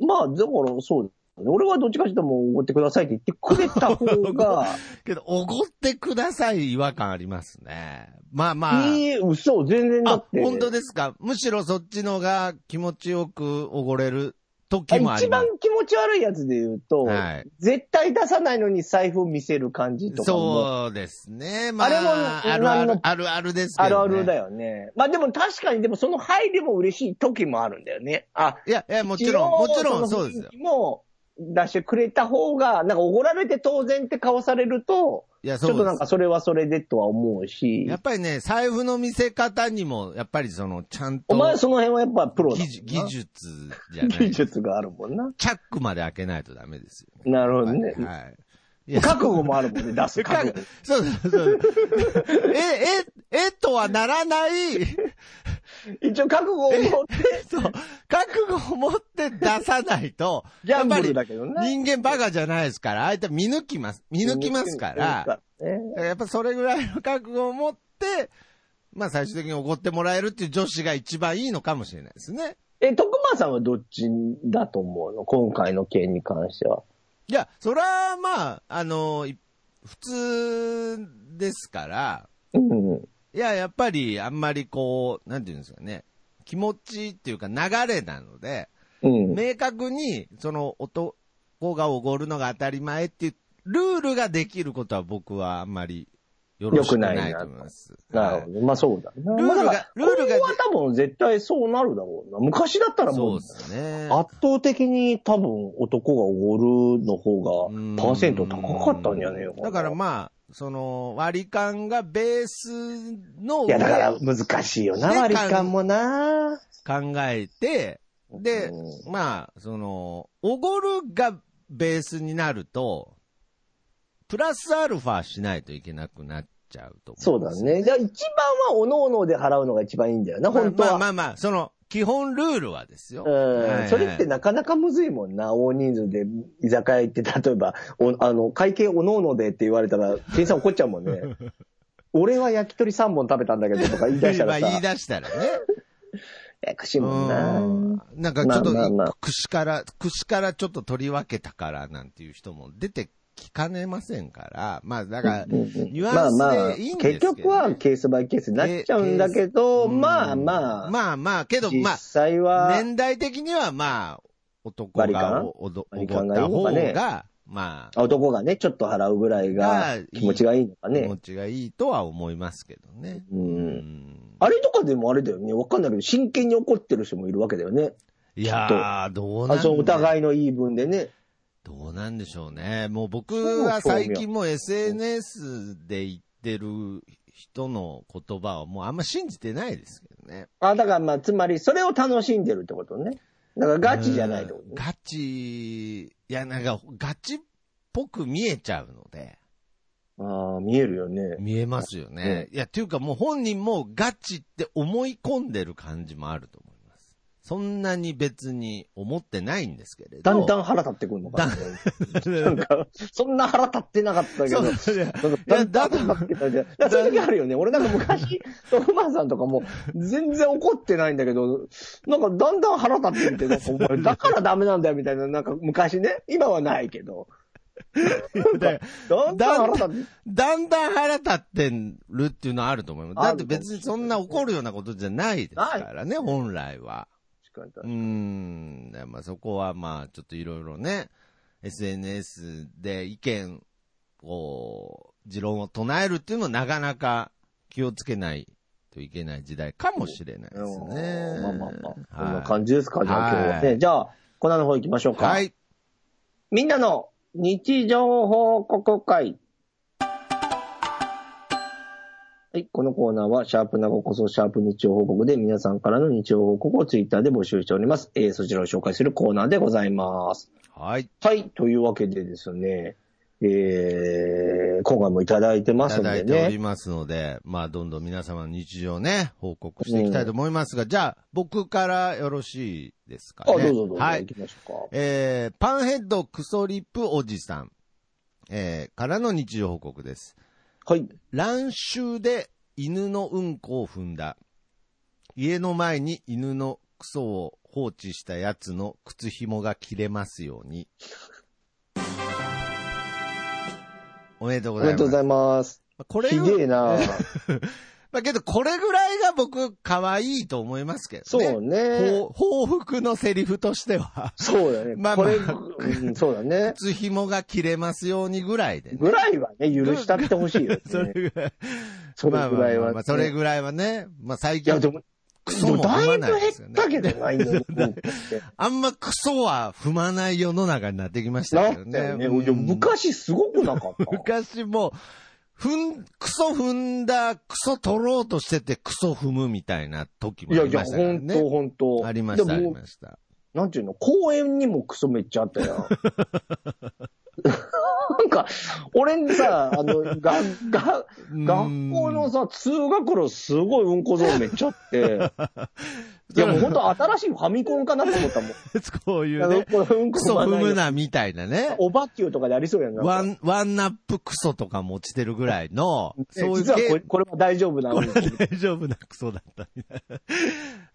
[SPEAKER 1] まあ、だから、そう。俺はどっちかというともう、おごってくださいって言ってくれた方が、
[SPEAKER 2] けど、おごってください違和感ありますね。ま あまあ。
[SPEAKER 1] いい、嘘、全然だ
[SPEAKER 2] あ
[SPEAKER 1] っ、て。
[SPEAKER 2] 本当ですか。むしろそっちのが気持ちよくおごれる時もあ
[SPEAKER 1] 一
[SPEAKER 2] りま
[SPEAKER 1] 番
[SPEAKER 2] す。
[SPEAKER 1] 気持ち悪いやつで言うと、
[SPEAKER 2] はい
[SPEAKER 1] 絶対出さないのに財布見せる感じとかも、
[SPEAKER 2] そうですね。まあ、
[SPEAKER 1] あれも
[SPEAKER 2] あるあ
[SPEAKER 1] なん
[SPEAKER 2] る
[SPEAKER 1] の、
[SPEAKER 2] あるあるですけ
[SPEAKER 1] ある
[SPEAKER 2] ど、ね。
[SPEAKER 1] あるだよね。まあでも確かに、でもその配慮も嬉しい時もあるんだよね。あ、
[SPEAKER 2] いや、いや、もちろん、もちろ
[SPEAKER 1] 一
[SPEAKER 2] ん
[SPEAKER 1] 応
[SPEAKER 2] そうですよ
[SPEAKER 1] の雰囲。気も出してくれた方が、なんかおごられて当然って顔されると、
[SPEAKER 2] いや、
[SPEAKER 1] ちょっと
[SPEAKER 2] そうで
[SPEAKER 1] なん
[SPEAKER 2] す
[SPEAKER 1] か。それはそれでとは思うし
[SPEAKER 2] や、っぱりね、財布の見せ方にも、やっぱりその、ちゃんと、
[SPEAKER 1] お前はその辺はやっぱプロだもん
[SPEAKER 2] 技
[SPEAKER 1] な
[SPEAKER 2] 術技術じゃない。
[SPEAKER 1] 技術があるもんな。
[SPEAKER 2] チャックまで開けないとダメですよ、
[SPEAKER 1] なるほどね。
[SPEAKER 2] はい。いや
[SPEAKER 1] 覚悟もあるもんね、出す覚
[SPEAKER 2] 覚
[SPEAKER 1] 悟。
[SPEAKER 2] そうそうそう。え、え、えとはならない、
[SPEAKER 1] 一応覚悟を 持って、
[SPEAKER 2] そう。覚悟を持って出さないと、
[SPEAKER 1] ギャンブ
[SPEAKER 2] やっ
[SPEAKER 1] ル
[SPEAKER 2] ぱ
[SPEAKER 1] だけど
[SPEAKER 2] り
[SPEAKER 1] ね。
[SPEAKER 2] 人間バカじゃないですから、相手見抜きます、見抜きますから、。
[SPEAKER 1] ね、
[SPEAKER 2] やっぱそれぐらいの覚悟を持って、まあ最終的に怒ってもらえるっていう女子が一番いいのかもしれないですね。
[SPEAKER 1] え、徳間さんはどっちだと思うの今回の件に関しては。
[SPEAKER 2] いや、それはまあ、あの、い普通ですから、
[SPEAKER 1] うん。
[SPEAKER 2] いや、やっぱりあんまりこう、なんていうんですかね、気持ちっていうか流れなので、
[SPEAKER 1] うん。
[SPEAKER 2] 明確に、その男がおごるのが当たり前っていう、ルールができることは僕はあんまりよろしくないと思います。
[SPEAKER 1] なる
[SPEAKER 2] は
[SPEAKER 1] ほ
[SPEAKER 2] い
[SPEAKER 1] ど。まあそうだな。
[SPEAKER 2] ルール
[SPEAKER 1] ま
[SPEAKER 2] が
[SPEAKER 1] あだから
[SPEAKER 2] ルール
[SPEAKER 1] 今
[SPEAKER 2] が
[SPEAKER 1] 後は多分絶対そうなるだろうな。昔だったら
[SPEAKER 2] そ
[SPEAKER 1] も
[SPEAKER 2] う
[SPEAKER 1] う
[SPEAKER 2] ですね。
[SPEAKER 1] 圧倒的に多分男がおごるの方
[SPEAKER 2] うん
[SPEAKER 1] がパーセント高かったんじゃねえよ。
[SPEAKER 2] だからまあ、その、割り勘がベースの
[SPEAKER 1] いやだから難しいよな、
[SPEAKER 2] ね
[SPEAKER 1] 割り勘もな。
[SPEAKER 2] 考えて、で、
[SPEAKER 1] う
[SPEAKER 2] まあ、その、おごるがベースになると、プラスアルファしないといけなくなっちゃうと
[SPEAKER 1] そ
[SPEAKER 2] 思
[SPEAKER 1] う
[SPEAKER 2] う
[SPEAKER 1] だ
[SPEAKER 2] んですよ
[SPEAKER 1] ね。じゃあ一番はおのおので払うのが一番いいんだよな、本当は。
[SPEAKER 2] まあまあまあまあ、その、基本ルールはですよ。はいは
[SPEAKER 1] う
[SPEAKER 2] い
[SPEAKER 1] んそれってなかなかむずいもんな、大人数で居酒屋行って、例えば、おあの会計おのおのでって言われたら、店員さん怒っちゃうも んね。俺は焼き鳥3本食べたんだけどとか言い出した
[SPEAKER 2] まあ
[SPEAKER 1] らさ、
[SPEAKER 2] 言い
[SPEAKER 1] や
[SPEAKER 2] 出したらね。
[SPEAKER 1] やこしいうもん
[SPEAKER 2] ん
[SPEAKER 1] な。。
[SPEAKER 2] なんかちょっと、
[SPEAKER 1] まあまあまあ
[SPEAKER 2] 串から、串からちょっと取り分けたからなんていう人も出てきかねませんから、まあだから、
[SPEAKER 1] うんうん
[SPEAKER 2] ニュアンスでいいんで
[SPEAKER 1] 結
[SPEAKER 2] すけどね、
[SPEAKER 1] 局はケースバイケースになっちゃうんだけど、
[SPEAKER 2] うん
[SPEAKER 1] まあまあ、
[SPEAKER 2] まあまあ、けど、ま
[SPEAKER 1] 実際は、
[SPEAKER 2] あ、年代的にはまあ、男
[SPEAKER 1] 割り
[SPEAKER 2] が
[SPEAKER 1] 勘
[SPEAKER 2] おおどお
[SPEAKER 1] 割り
[SPEAKER 2] ごっ
[SPEAKER 1] 勘がいい
[SPEAKER 2] た
[SPEAKER 1] の
[SPEAKER 2] 方
[SPEAKER 1] かね
[SPEAKER 2] が、まあ、
[SPEAKER 1] 男がね、ちょっと払うぐらい
[SPEAKER 2] が
[SPEAKER 1] が
[SPEAKER 2] いい
[SPEAKER 1] 気持ちがいいのか
[SPEAKER 2] 気
[SPEAKER 1] ね
[SPEAKER 2] 持。ちがいいとは思いますけどね。
[SPEAKER 1] う、
[SPEAKER 2] うんん
[SPEAKER 1] あれとかでもあれだよね、わかんないけど、真剣に怒ってる人もいるわけだよね。
[SPEAKER 2] いやー、どうなん
[SPEAKER 1] あそうお
[SPEAKER 2] い。
[SPEAKER 1] 互いの言い分でね。
[SPEAKER 2] どうなんでしょうね。もう僕は最近もう SNS で言ってる人の言葉をもうあんま信じてないですけどね。
[SPEAKER 1] あ、だからまあ、つまりそれを楽しんでるってことね。だからガチじゃないってこ
[SPEAKER 2] う
[SPEAKER 1] と
[SPEAKER 2] ん
[SPEAKER 1] ね。
[SPEAKER 2] ガチ、いやなんかガチっぽく見えちゃうので、
[SPEAKER 1] ああ、見えるよね。
[SPEAKER 2] 見えますよね。いや、っていうかもう本人もガチって思い込んでる感じもあると思います。そんなに別に思ってないんですけれど。
[SPEAKER 1] だんだ
[SPEAKER 2] ん。
[SPEAKER 1] ん腹立ってくるのかな。
[SPEAKER 2] そ
[SPEAKER 1] なんか、そんな腹立ってなかったけど。
[SPEAKER 2] う
[SPEAKER 1] な
[SPEAKER 2] だ
[SPEAKER 1] んかだ
[SPEAKER 2] ね。
[SPEAKER 1] んだん腹立ってたじゃんだからそういう時あるよね。俺なんか昔、トフマンさんとかも全然怒ってないんだけど、なんかだんだん腹立ってみて、なんかお前だからダメなんだよみたいな、なんか昔ね、今はないけど。
[SPEAKER 2] だ
[SPEAKER 1] だんだん腹立って。
[SPEAKER 2] だんだん腹立ってるっていうのはあると思います。だ
[SPEAKER 1] あ
[SPEAKER 2] って
[SPEAKER 1] ると思う
[SPEAKER 2] 別にそんな怒るようなことじゃないですからね、本来は。うーん。だからまあそこはまあちょっといろいろね、SNS で意見を、持論を唱えるっていうのはなかなか気をつけないといけない時代かもしれないですね。
[SPEAKER 1] まあまあまあ。こんな
[SPEAKER 2] はい。
[SPEAKER 1] 感じですか、じゃあ今日は
[SPEAKER 2] は
[SPEAKER 1] ね。じゃあ、コーナーの方行きましょうか。
[SPEAKER 2] はい。
[SPEAKER 1] みんなの日常報告会。はい。このコーナーは、シャープなごこそシャープ日常報告で、皆さんからの日常報告をツイッターで募集しております。えーそちらを紹介するコーナーでございます。
[SPEAKER 2] はい。
[SPEAKER 1] はい。というわけでですね、えー、今回もいただいて
[SPEAKER 2] い
[SPEAKER 1] ます
[SPEAKER 2] た
[SPEAKER 1] ん
[SPEAKER 2] だ
[SPEAKER 1] で
[SPEAKER 2] いてお
[SPEAKER 1] ね
[SPEAKER 2] り。ますので、まあ、どんどん皆様の日常ね、報告していきたいと思いますが、じゃあ、僕からよろしいですか
[SPEAKER 1] あ、ど
[SPEAKER 2] ね。
[SPEAKER 1] うぞどうぞ。
[SPEAKER 2] はい
[SPEAKER 1] 行。きましょうか。
[SPEAKER 2] えー、パンヘッドクソリップおじさん、えー、からの日常報告です。
[SPEAKER 1] はい。
[SPEAKER 2] 乱臭で犬のうんこを踏んだ。家の前に犬のクソを放置したやつの靴紐が切れますよう に。おめでとう
[SPEAKER 1] お
[SPEAKER 2] ご
[SPEAKER 1] め
[SPEAKER 2] ざ
[SPEAKER 1] で
[SPEAKER 2] いま
[SPEAKER 1] と
[SPEAKER 2] す。
[SPEAKER 1] うございます。
[SPEAKER 2] これ
[SPEAKER 1] ひ
[SPEAKER 2] を
[SPEAKER 1] でえな
[SPEAKER 2] まあけど、これぐらいが僕、可愛いと思いますけどね。
[SPEAKER 1] そうね。、
[SPEAKER 2] 報報復のセリフとしては
[SPEAKER 1] そうだね。
[SPEAKER 2] まあま
[SPEAKER 1] こ
[SPEAKER 2] あ
[SPEAKER 1] れ、うん、そうだね。
[SPEAKER 2] 靴紐が切れますようにぐらいでね。
[SPEAKER 1] ぐらいはね、許したってほしいよ、ね。
[SPEAKER 2] それぐらい。
[SPEAKER 1] それぐらい
[SPEAKER 2] まあまあまあ
[SPEAKER 1] は、
[SPEAKER 2] まあそれぐらいはね。まあ最
[SPEAKER 1] いや、
[SPEAKER 2] 近、
[SPEAKER 1] でも、
[SPEAKER 2] ク
[SPEAKER 1] で
[SPEAKER 2] ソ
[SPEAKER 1] も
[SPEAKER 2] も
[SPEAKER 1] だ
[SPEAKER 2] 踏ま
[SPEAKER 1] い
[SPEAKER 2] な
[SPEAKER 1] ぶ減
[SPEAKER 2] いで
[SPEAKER 1] っ
[SPEAKER 2] すよ
[SPEAKER 1] たけ
[SPEAKER 2] ね。
[SPEAKER 1] どないんだよ。うん
[SPEAKER 2] あんまクソは踏まない世の中になってきまし
[SPEAKER 1] なっ
[SPEAKER 2] たけど
[SPEAKER 1] た
[SPEAKER 2] ね。
[SPEAKER 1] よね。
[SPEAKER 2] うん
[SPEAKER 1] いや昔すごくなかった。
[SPEAKER 2] 昔もう、踏ん、クソ踏んだ、クソ取ろうとしてて、クソ踏むみたいな時も
[SPEAKER 1] いや
[SPEAKER 2] あり
[SPEAKER 1] いや、
[SPEAKER 2] ましたから
[SPEAKER 1] 本当
[SPEAKER 2] ね。
[SPEAKER 1] 本当
[SPEAKER 2] ありました、あ
[SPEAKER 1] で
[SPEAKER 2] り
[SPEAKER 1] も、
[SPEAKER 2] ました。
[SPEAKER 1] なんていうの、公園にもクソめっちゃあったよ。なんか、俺さ、あの、が、が、学校 のさ、通学路すごいうんこゾーンめっちゃあって、いやもう本当新しいファミコンかなと思った もん。
[SPEAKER 2] こういう
[SPEAKER 1] あの
[SPEAKER 2] ね、
[SPEAKER 1] これうん
[SPEAKER 2] ク
[SPEAKER 1] こ踏
[SPEAKER 2] ソ
[SPEAKER 1] ま
[SPEAKER 2] 踏
[SPEAKER 1] ない
[SPEAKER 2] むなみたいなね。
[SPEAKER 1] おばきゅうとかでありそうやんな。
[SPEAKER 2] ワン、ワンナップクソとか持ちてるぐらいの、
[SPEAKER 1] そ
[SPEAKER 2] そういう
[SPEAKER 1] 実は
[SPEAKER 2] ゲー
[SPEAKER 1] これこれは大丈夫なの。
[SPEAKER 2] 大丈夫なクソだったみたい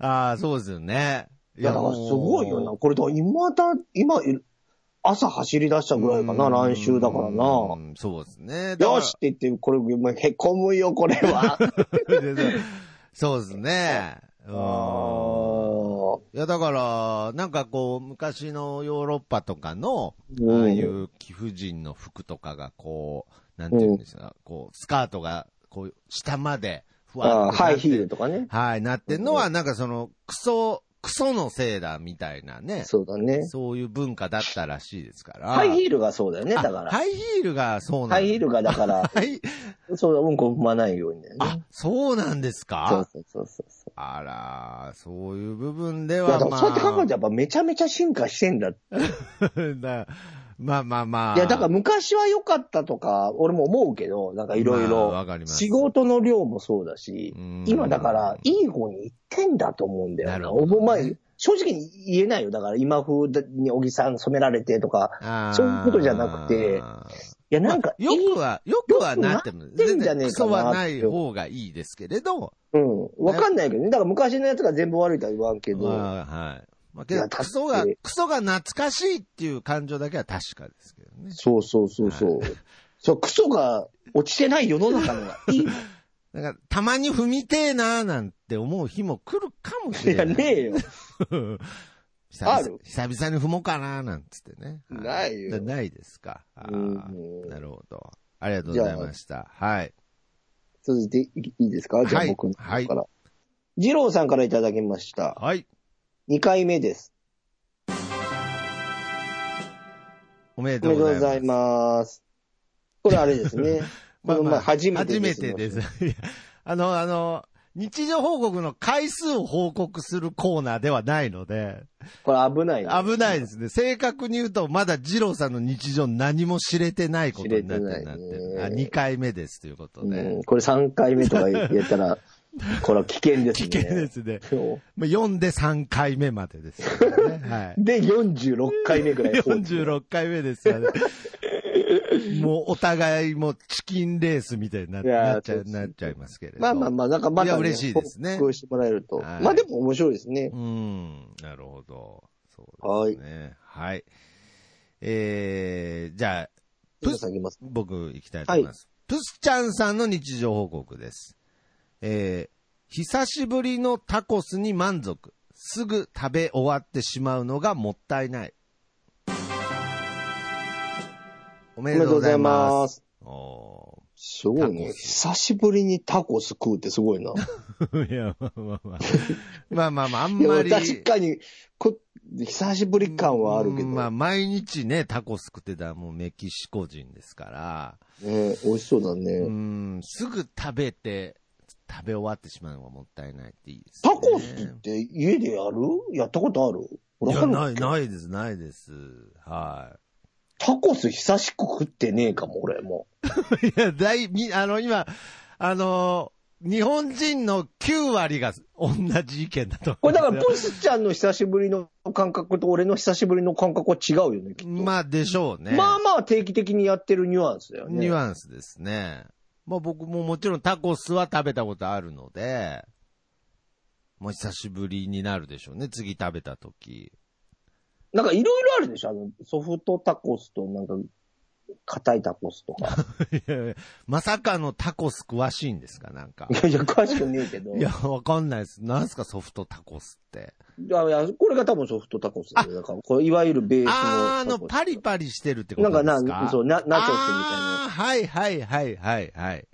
[SPEAKER 2] な。ああ、そうですよね。い
[SPEAKER 1] いや、だからすごいよな。
[SPEAKER 2] もう
[SPEAKER 1] これ、だから今だ、今、朝走り出したぐらいかな、来週だからな。
[SPEAKER 2] う
[SPEAKER 1] よ
[SPEAKER 2] んそうですね。だから
[SPEAKER 1] しって言って、これ、もうへこむよ、これ は。
[SPEAKER 2] そうですね。うんいや、だから、なんかこう、昔のヨーロッパとかの、
[SPEAKER 1] う
[SPEAKER 2] あ
[SPEAKER 1] ん
[SPEAKER 2] あいう貴婦人の服とかがこう、なんていうんですか、こう、スカートが、こう、下まで、ふ
[SPEAKER 1] ああ
[SPEAKER 2] わっとな
[SPEAKER 1] ハ
[SPEAKER 2] って。
[SPEAKER 1] イヒールとかね。
[SPEAKER 2] はい、なってんのは、なんかその、クソ、クソのせいだみたいなね。
[SPEAKER 1] そうだね。
[SPEAKER 2] そういう文化だったらしいですから。
[SPEAKER 1] ハイヒ
[SPEAKER 2] ー
[SPEAKER 1] ールがそうだよね、だから。
[SPEAKER 2] ハイヒールがそうな
[SPEAKER 1] ハ
[SPEAKER 2] ん
[SPEAKER 1] イヒールがだ から、
[SPEAKER 2] ハイ
[SPEAKER 1] そうだ、うんこ踏まないようにだよ
[SPEAKER 2] あ
[SPEAKER 1] ね。、
[SPEAKER 2] そうなんです
[SPEAKER 1] そう
[SPEAKER 2] か
[SPEAKER 1] そうそうそう。
[SPEAKER 2] あら、そういう部分
[SPEAKER 1] い
[SPEAKER 2] で
[SPEAKER 1] や
[SPEAKER 2] は、
[SPEAKER 1] だか
[SPEAKER 2] ま
[SPEAKER 1] ら
[SPEAKER 2] あ。
[SPEAKER 1] そうやって考えるとやっぱめちゃめちゃ進化してんだって。
[SPEAKER 2] だまあまあまあ。
[SPEAKER 1] いや、だから昔は良かったとか、俺も思うけど、なんかいろい
[SPEAKER 2] まあわ
[SPEAKER 1] ろ、
[SPEAKER 2] かります。
[SPEAKER 1] 仕事の量もそうだし、
[SPEAKER 2] うん
[SPEAKER 1] 今だから、いい方に行ってんだと思うんだよ
[SPEAKER 2] なる
[SPEAKER 1] な。
[SPEAKER 2] ほど
[SPEAKER 1] お前正直に言えないよ。だから今風に小木さん染められてとか、
[SPEAKER 2] あー、
[SPEAKER 1] そういうことじゃなくていや、なんかいい、
[SPEAKER 2] よくは、よくはなっても、
[SPEAKER 1] てんじゃねえかなって
[SPEAKER 2] クソはない方がいいですけれど、
[SPEAKER 1] うん、わかんないけどね。だから昔のやつが全部悪いとは言わんけど、
[SPEAKER 2] まあ、はい。まあ、け
[SPEAKER 1] い
[SPEAKER 2] ど、
[SPEAKER 1] やだって
[SPEAKER 2] クソが、クソが懐かしいっていう感情だけは確かですけどね。
[SPEAKER 1] そうそうそうそう。そう、クソが落ちてない世の中のがい い。
[SPEAKER 2] だから、たまに踏みてえなーなんて思う日も来るかもし
[SPEAKER 1] い
[SPEAKER 2] れな
[SPEAKER 1] や、
[SPEAKER 2] い。
[SPEAKER 1] ねえよ。
[SPEAKER 2] 久々
[SPEAKER 1] ある
[SPEAKER 2] 久々に踏もうかなーなんつってね。はい
[SPEAKER 1] ないよ
[SPEAKER 2] だないですか。あー
[SPEAKER 1] うん
[SPEAKER 2] なるほど。ありがとうございました。はい。
[SPEAKER 1] 続いていいですかじゃあ僕の方から。
[SPEAKER 2] はいは
[SPEAKER 1] 二郎さんからいただきました。
[SPEAKER 2] はい。
[SPEAKER 1] 2回目です。
[SPEAKER 2] おめで
[SPEAKER 1] おめで
[SPEAKER 2] とう
[SPEAKER 1] と
[SPEAKER 2] ご
[SPEAKER 1] うご
[SPEAKER 2] ざい
[SPEAKER 1] ざ
[SPEAKER 2] ま
[SPEAKER 1] い
[SPEAKER 2] す。
[SPEAKER 1] ます。これあれです ね。この前初めてです
[SPEAKER 2] 初めてです。いや あの、あの、日常報告の回数を報告するコーナーではないので、
[SPEAKER 1] これ危ないね、
[SPEAKER 2] 危ないですね。正確に言うと、まだ二郎さんの日常何も知れてないことになってるなって
[SPEAKER 1] 知れてないね
[SPEAKER 2] あ、2回目ですということで。
[SPEAKER 1] うん、これ3回目とかやった ら、これは危険です
[SPEAKER 2] 危
[SPEAKER 1] ね。
[SPEAKER 2] 険ですね。
[SPEAKER 1] そう
[SPEAKER 2] まあ、読んで3回目までですよね。 はい。
[SPEAKER 1] で、46回目ぐらい。
[SPEAKER 2] 46回目ですよね。もうお互いもうチキンレースみたいになっ
[SPEAKER 1] いやー
[SPEAKER 2] なっちゃ
[SPEAKER 1] そう
[SPEAKER 2] う、
[SPEAKER 1] そう
[SPEAKER 2] なっちゃいますけれど。
[SPEAKER 1] まあまあまあ、なんかまた、
[SPEAKER 2] いや嬉しいですね
[SPEAKER 1] 報告してもらえると。
[SPEAKER 2] はい
[SPEAKER 1] まあでも面白いですね
[SPEAKER 2] う。ん、なるほど。そうですね。はい。えー、じゃあ、プ
[SPEAKER 1] 皆
[SPEAKER 2] ス
[SPEAKER 1] さんいきます。
[SPEAKER 2] 僕行きたいと思います。プスちゃんさんの日常報告です。えー、久しぶりのタコスに満足。すぐ食べ終わってしまうのがもったいない。お
[SPEAKER 1] お
[SPEAKER 2] め
[SPEAKER 1] め
[SPEAKER 2] で
[SPEAKER 1] で
[SPEAKER 2] と
[SPEAKER 1] と
[SPEAKER 2] う
[SPEAKER 1] うご
[SPEAKER 2] ござ
[SPEAKER 1] ざ
[SPEAKER 2] い
[SPEAKER 1] い
[SPEAKER 2] ま。
[SPEAKER 1] ますす。
[SPEAKER 2] お
[SPEAKER 1] すごい
[SPEAKER 2] タ
[SPEAKER 1] ね。
[SPEAKER 2] コス
[SPEAKER 1] 久しぶりにタコス食うってすご いな。
[SPEAKER 2] ーいや、まあまあまあ。まあまあまあ、あん
[SPEAKER 1] いや
[SPEAKER 2] まり。
[SPEAKER 1] 確かにこ、久しぶり感はあるけど、
[SPEAKER 2] うんまあ、毎日ね、タコス食ってたらもうメキシコ人ですから、
[SPEAKER 1] ね、美味しそうだね。
[SPEAKER 2] うん、すぐ食べて、食べ終わってしまうのがもったいないっていいです、
[SPEAKER 1] タ
[SPEAKER 2] ね。
[SPEAKER 1] コスって家でやるやったことある
[SPEAKER 2] い
[SPEAKER 1] 俺
[SPEAKER 2] や、
[SPEAKER 1] な
[SPEAKER 2] ないい、ないです、ないです。は
[SPEAKER 1] タコス久しく食ってねえかも、俺も
[SPEAKER 2] い。 いや、だい、み、あの、今、あの日本人の9割が同じ意見だと
[SPEAKER 1] こ
[SPEAKER 2] 思う
[SPEAKER 1] れ
[SPEAKER 2] んで
[SPEAKER 1] だ
[SPEAKER 2] すよ。
[SPEAKER 1] から、プスちゃんの久しぶりの感覚と俺の久しぶりの感覚は違うよね、きっと。
[SPEAKER 2] まあ、でしょうね。
[SPEAKER 1] まあまあ定期的にやってるニュアンスだよね。
[SPEAKER 2] ニュアンスですね。まあ僕ももちろんタコスは食べたことあるので、まあ久しぶりになるでしょうね。次食べた時。
[SPEAKER 1] なんかいろいろあるでしょあの、ソフトタコスとなんか、硬いタコスと か。
[SPEAKER 2] いやいやまさかのタコス詳しいんですかなんか
[SPEAKER 1] い。やいや、詳しくねえけど。
[SPEAKER 2] いや、わかんないです。なんすかソフトタコスって。
[SPEAKER 1] いや、いや、これが多分ソフトタコスだよ。なんか、これ、いわゆるベースの。
[SPEAKER 2] あー、あの、パリパリしてるってこ
[SPEAKER 1] な
[SPEAKER 2] と
[SPEAKER 1] ん
[SPEAKER 2] です
[SPEAKER 1] か
[SPEAKER 2] か
[SPEAKER 1] な、そう、な、ナチョスみたいな。
[SPEAKER 2] あーはいはいはいはいはい。